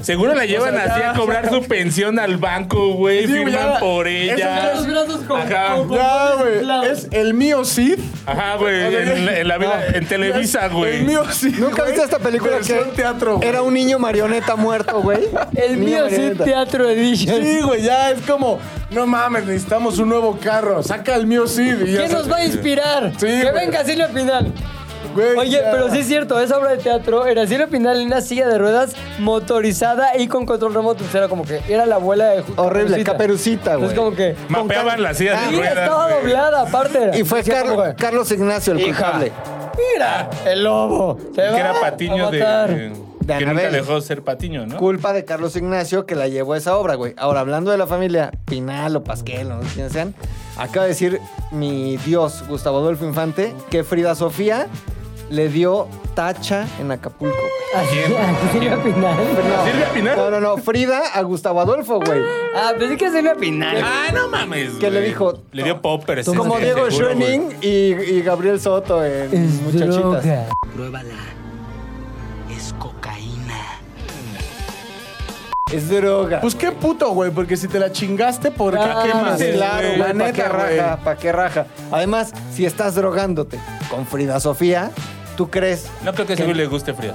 Seguro la llevan
O sea,
así
ya-
a cobrar su pensión al banco, güey.
Sí,
firman
ya-
por
eso
ella.
ya-
brazos con-
Ajá.
con- con-
Ya, güey.
Clavos.
Es el mío Cid.
Ajá, güey. En, la- en la vida, en Televisa, güey.
El mío Cid.
¿Nunca
güey,
viste esta película que
versión teatro, güey.
era un niño marioneta muerto, güey?
El
Niño
mío sí,
marioneta.
Teatro Edition.
Sí, güey, ya es como, no mames, necesitamos un nuevo carro. Saca el mío Cid. y ya
¿Qué nos
sabes.
va a inspirar?
Sí,
que
güey.
venga Silvia Pinal.
Güey,
Oye,
ya.
pero sí es cierto, esa obra de teatro era Silvia Pinal en una silla de ruedas motorizada y con control remoto. Entonces Era como que era la abuela de Ju-
Horrible, caperucita,
Entonces,
güey.
como que.
Mapeaban las sillas
Sí,
de ruedas.
estaba
güey.
doblada, aparte.
Y fue
Decía
Car-
como que,
Carlos Ignacio el culpable.
Mira, el lobo. Te
Que
va
era
a
Patiño de.
matar".
De
que nunca
Anabel.
dejó de ser Patiño, ¿no?
Culpa de Carlos Ignacio que la llevó a esa obra, güey. Ahora, hablando de la familia Pinal o Pasquel, no sé quiénes sean, acaba de decir mi dios Gustavo Adolfo Infante que Frida Sofía le dio tacha en Acapulco. güey.
¿A a Silvia Pinal?
No.
¿Silvia Pinal?
No, no, no. Frida a Gustavo Adolfo, güey.
Ah, pensé que Silvia Pinal.
Ah, no mames.
¿Qué le
güey.
dijo?
Le dio popper. ese
Como
sí,
Diego
seguro, güey.
Schoening y, y Gabriel Soto en Muchachitas.
droga.
Pruébala. Es cocaína.
Es droga.
Pues qué puto, güey, porque si te la chingaste, ¿por qué
Ah,
quemas?
Sí, claro,
Güey,
güey,
la
¿pa' qué
neta, güey.
raja? ¿Para qué raja? Además, si estás drogándote con Frida Sofía, ¿tú crees?
No creo que a ese güey le guste frío.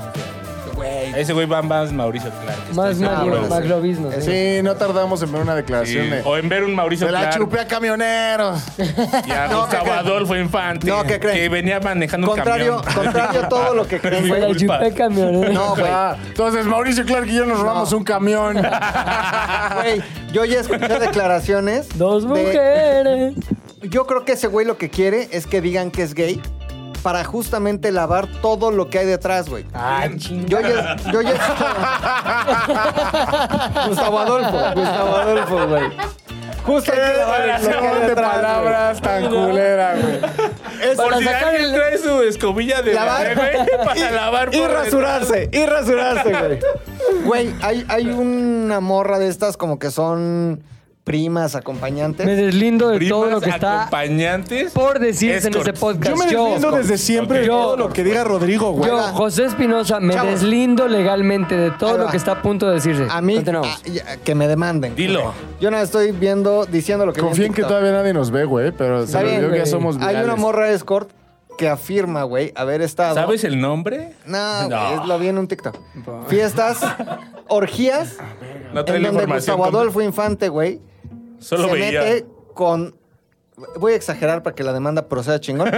A ese güey va más Mauricio Clark. estoy
Más
seguro,
maglo-
güey.
maglobismo. sí.
Sí, no tardamos en ver una declaración
Sí,
de.
O en ver un Mauricio
Se la
Clark
chupé a camioneros.
y a
No, ¿qué
Gustavo
creen?
Adolfo Infante.
No, ¿qué creen?
Que venía manejando
Contrario,
un camión.
contrario a todo lo que
Pero
creen.
mi
Se la
culpa.
chupé camionero.
No, güey.
Ah, Entonces, Mauricio Clark y yo nos robamos un camión.
Güey, yo ya escuché declaraciones.
Dos
de-
mujeres.
Yo creo que ese güey lo que quiere es que digan que es gay para justamente lavar todo lo que hay detrás, güey.
Ah, ching.
Yo ya, yo ya escuché- Gustavo Adolfo, Gustavo Adolfo, güey. Justo hay que lavar lo que hay
Relación de
detrás,
palabras tan culera, güey.
güey. Es
Por
Para
si
sacar
alguien
el-
trae su escobilla de
Lavar.
lavar, güey, para lavar
y
por detrás.
rasurarse, y rasurarse, güey. Güey, hay, hay una morra de estas como que son primas,
Me
acompañantes.
deslindo de
Primas,
todo lo que está
acompañantes.
por decirse en
escorts.
este podcast.
Yo me
Yo,
defiendo desde siempre de
Ok.
todo lo que diga Rodrigo, güey.
yo, José Espinosa, me
Chavos.
deslindo legalmente de todo
Ahí
lo
va.
que está a punto de decirse.
A mí,
Continuamos.
a- ya- que me demanden.
Dilo.
Yo no estoy viendo, diciendo lo que vi
Confía en que
TikTok.
todavía nadie nos ve, güey, pero
Está
se
bien,
nos dio que ya
güey.
somos
Hay una
virales.
morra escort que afirma, güey, haber estado.
¿Sabes el nombre?
No, güey,
No.
lo vi en un TikTok. Fiestas, orgías,
No trae
en donde
la información.
Gustavo Adolfo Infante, güey,
Solo
se
veía.
mete con. Voy a exagerar para que la demanda proceda chingón.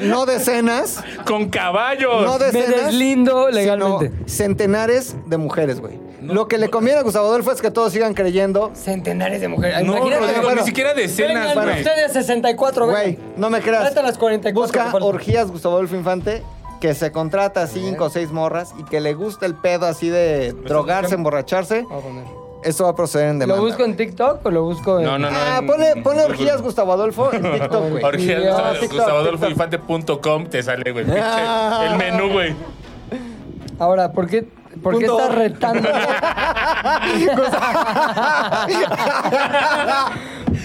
no decenas,
Con caballos.
no
Me
decenas.
deslindo
sino
legalmente.
centenares de mujeres, güey. Lo que le conviene a Gustavo Adolfo es que todos sigan creyendo.
Centenares de mujeres.
No,
Imagínate
Rodrigo,
bueno,
ni siquiera decenas,
Vengan
güey.
ustedes 64,
Güey,
vengan.
no me creas.
Trata las 44 que
Busca
faltan.
orgías Gustavo Adolfo Infante que se contrata a cinco o seis morras y que le gusta el pedo así de drogarse, emborracharse.
Voy a poner.
Eso va a proceder en demanda.
¿Lo busco en TikTok o lo busco en.?
No, no, no.
Ah,
en-
ponle, ponle orgías Gustavo Adolfo en TikTok, güey.
Orgías,
Dios,
Gustavo-
TikTok,
GustavoAdolfoInfante.com te sale, güey. pinche,
Ah.
El menú, güey.
Ahora, ¿por qué, por qué
Punto.
estás retando?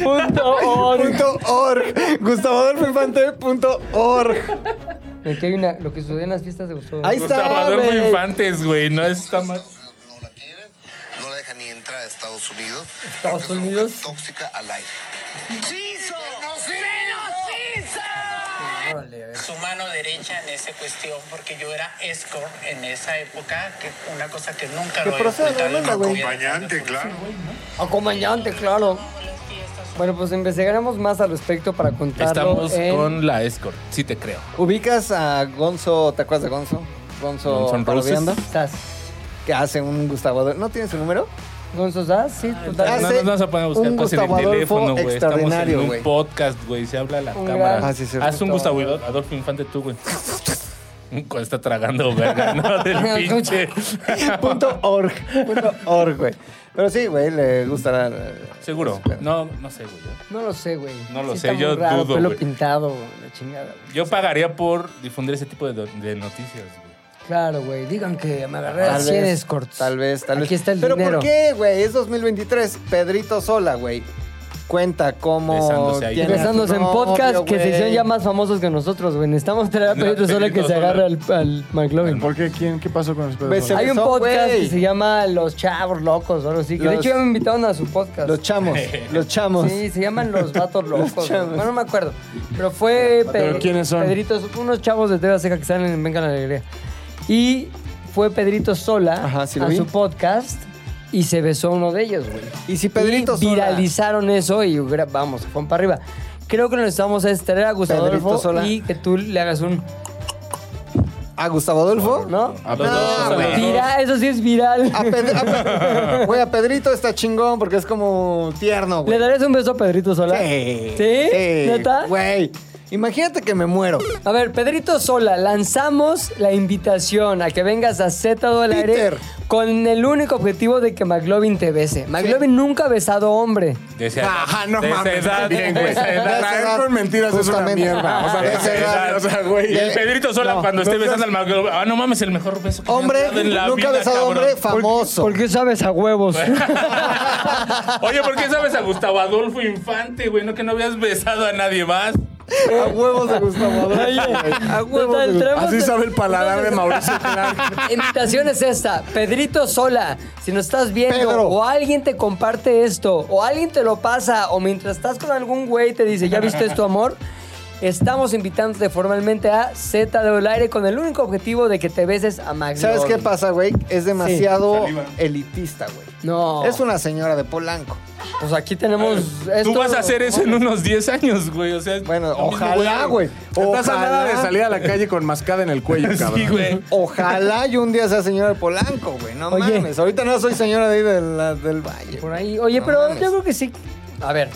Punto org.
Punto org. Gustavo Adolfo Infante punto org.
De que hay una, lo que sucedió en las fiestas de Gustavo.
Ahí está,
Gustavo Adolfo
güey.
Infantes, güey. No está mal.
no la tienen, no la dejan ni entrar a Estados Unidos.
Estados
Porque es una
Unidos.
mujer Tóxica al aire.
su mano derecha en esa cuestión, porque yo era escort en esa época, que una cosa que nunca
Que
lo he
proceda,
ocultado. y
demanda,
nunca
güey.
hubiera dejado de
claro.
Acompañante, claro. Bueno, pues investigaremos más al respecto para contarlo.
Estamos
eh,
en-
con la escort. Sí te creo.
Ubicas a Gonzo, ¿te acuerdas de Gonzo? Gonzo
Guns N' Roses.
parodiando.
Sas.
Que hace un Gustavo Adolfo. ¿No tienes su número?
Gonzo Sas, sí,
Ah,
No
totalmente.
sí.
nos vas a poner a buscar
un
cosas en
Gustavo
el
Adolfo
teléfono, güey. Estamos en
extraordinario,
un
güey.
podcast, güey. Se habla a la
Un
cámara.
gran-
Ah, sí, cierto.
Haz un Gustavo Adolfo Infante tú, güey. Cuando está tragando, verga, ¿no? Del pinche.
punto org. Punto org, güey. Pero sí, güey, le gustará. eh,
Seguro. No, no sé, güey.
No lo sé, güey.
No lo
Sí
sé,
está muy
yo
raro,
dudo,
Pelo
güey.
pintado, la chingada. güey.
Yo pagaría por difundir ese tipo de, do- de noticias, güey.
Claro, güey. Digan que me agarré a
Tal
100
vez,
escorts.
tal vez, tal vez.
Aquí está el
Pero
dinero.
¿por qué, güey? Es 2023. Pedrito Sola, güey. Cuenta cómo.
Besándose ahí.
tiene a su
Besándose en
novio,
podcast que se
güey.
hicieron ya más famosos que nosotros, güey. Necesitamos traer a
No,
Pedrito Sola que
Pedrito
se agarre al,
Sola.
al McLovin.
¿Por qué? ¿Quién? ¿Qué pasó con los pedos?
Besé-
Ay,
Hay un
Eso,
podcast
güey.
que se llama Los Chavos Locos o algo así. Que de
Los-
hecho ya me invitaron a su podcast.
Los chamos. Los chamos.
Sí, se llaman Los Vatos Locos. güey.
chavos.
bueno, no me acuerdo. Pero fue
¿Pero quiénes son?
Pedrito, unos chavos de TV Seca que salen en Venga la Alegría. Y fue Pedrito Sola
Ajá, sí lo
a
vi.
su podcast y se besó a uno de ellos, güey.
Y si Pedrito
Y
Sola-
viralizaron eso y gra- vamos, se fueron para arriba. Creo que nos necesitamos a traer a Gustavo
Pedrito
Adolfo
Sola.
y que tú le hagas un,
¿A Gustavo Adolfo?
¿no?
a
No,
pedos.
Ah, güey.
Vira- eso sí es viral.
A, Ped- a Ped- Güey, a Pedrito está chingón porque es como tierno,
¿Le
güey.
darías un beso a Pedrito Sola?
Sí.
¿Sí? ¿Neta?
Güey. Imagínate que me muero.
A ver, Pedrito Sola, lanzamos la invitación a que vengas a Z al aire con el único objetivo de que McLovin te bese. McLovin nunca ha besado hombre.
De esa edad.
Ajá, no
de esa
mames,
edad,
bien, güey.
de esa edad.
Traer con mentiras
Justamente.
es una mierda. O sea,
De
de
esa
esa edad,
edad.
o sea, güey.
Y el Pedrito Sola
No,
cuando esté
no seas-
besando al Marco. Ah, no mames, el mejor beso que me han
Hombre,
dado en la
nunca
vida,
he besado
cabrón.
hombre famoso.
¿Por qué sabes a huevos?
Oye, ¿por qué sabes a Gustavo Adolfo Infante, güey? No que no habías besado a nadie más.
A huevos de Gustavo
Oye,
Adolfo. güey. A huevos
total,
de Gustavo.
traemos-
Así sabe el paladar de Mauricio Clark.
La invitación es esta. Pedrito Sola, si nos estás viendo
Pedro.
o alguien te comparte esto o alguien te lo pasa o mientras estás con algún güey te dice, ¿ya viste esto, amor? Estamos invitándote formalmente a Z de Olaire aire con el único objetivo de que te beses a Max.
¿Sabes qué pasa, güey? Es demasiado
Saliva.
elitista, güey.
No.
Es una señora de Polanco.
Pues aquí tenemos esto.
Tú vas a hacer eso en unos 10 años, güey. O sea,
Bueno,
lo mismo,
ojalá, güey.
Estás a nada de
Ojalá.
salir a la calle con mascada en el cuello, cabrón.
Sí, güey.
Ojalá yo un día sea señora de Polanco, güey. No
Oye.
mames. Ahorita no soy señora de ahí de la- del Valle.
Por ahí. Oye,
No
pero
mames.
yo creo que sí. A ver,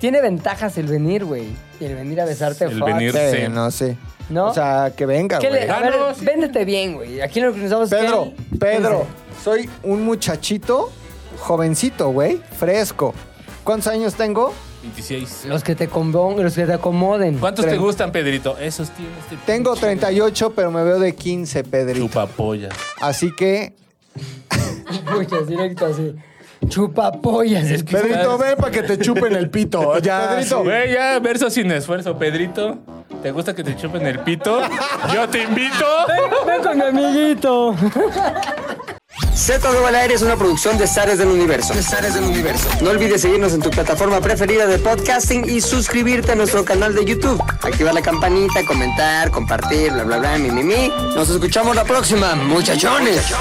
tiene ventajas el venir, güey. Y El venir a besarte.
El
fuck.
venir.
Sí,
Sí.
no sé.
¿No?
O sea, que venga,
¿Qué
güey.
le- a
Ah,
ver,
no, sí.
véndete bien, güey. Aquí lo que necesitamos es que
Pedro,
él-
Pedro, soy un muchachito jovencito, güey, fresco. ¿Cuántos años tengo?
26.
Los que te convon- los que te acomoden.
¿Cuántos te
Treinta.
gustan, Pedrito? Esos tienes. este
Tengo
pinche
38, pero me veo de 15, Pedrito.
Chupapollas.
Así que,
Muchas directo así. Chupapollas.
Es que-
Pedrito, ven para que te chupen el pito. Ya,
Pedrito,
sí.
Güey, ya, verso sin esfuerzo, Pedrito. ¿Te gusta que te chupen el pito? Yo te invito.
Ven con mi amiguito.
Z2 al aire es una producción de Zares del Universo. del Universo. No olvides seguirnos en tu plataforma preferida de podcasting y suscribirte a nuestro canal de YouTube. Activar la campanita, comentar, compartir, bla, bla, bla, mi, mi, mi. Nos escuchamos la próxima, muchachones.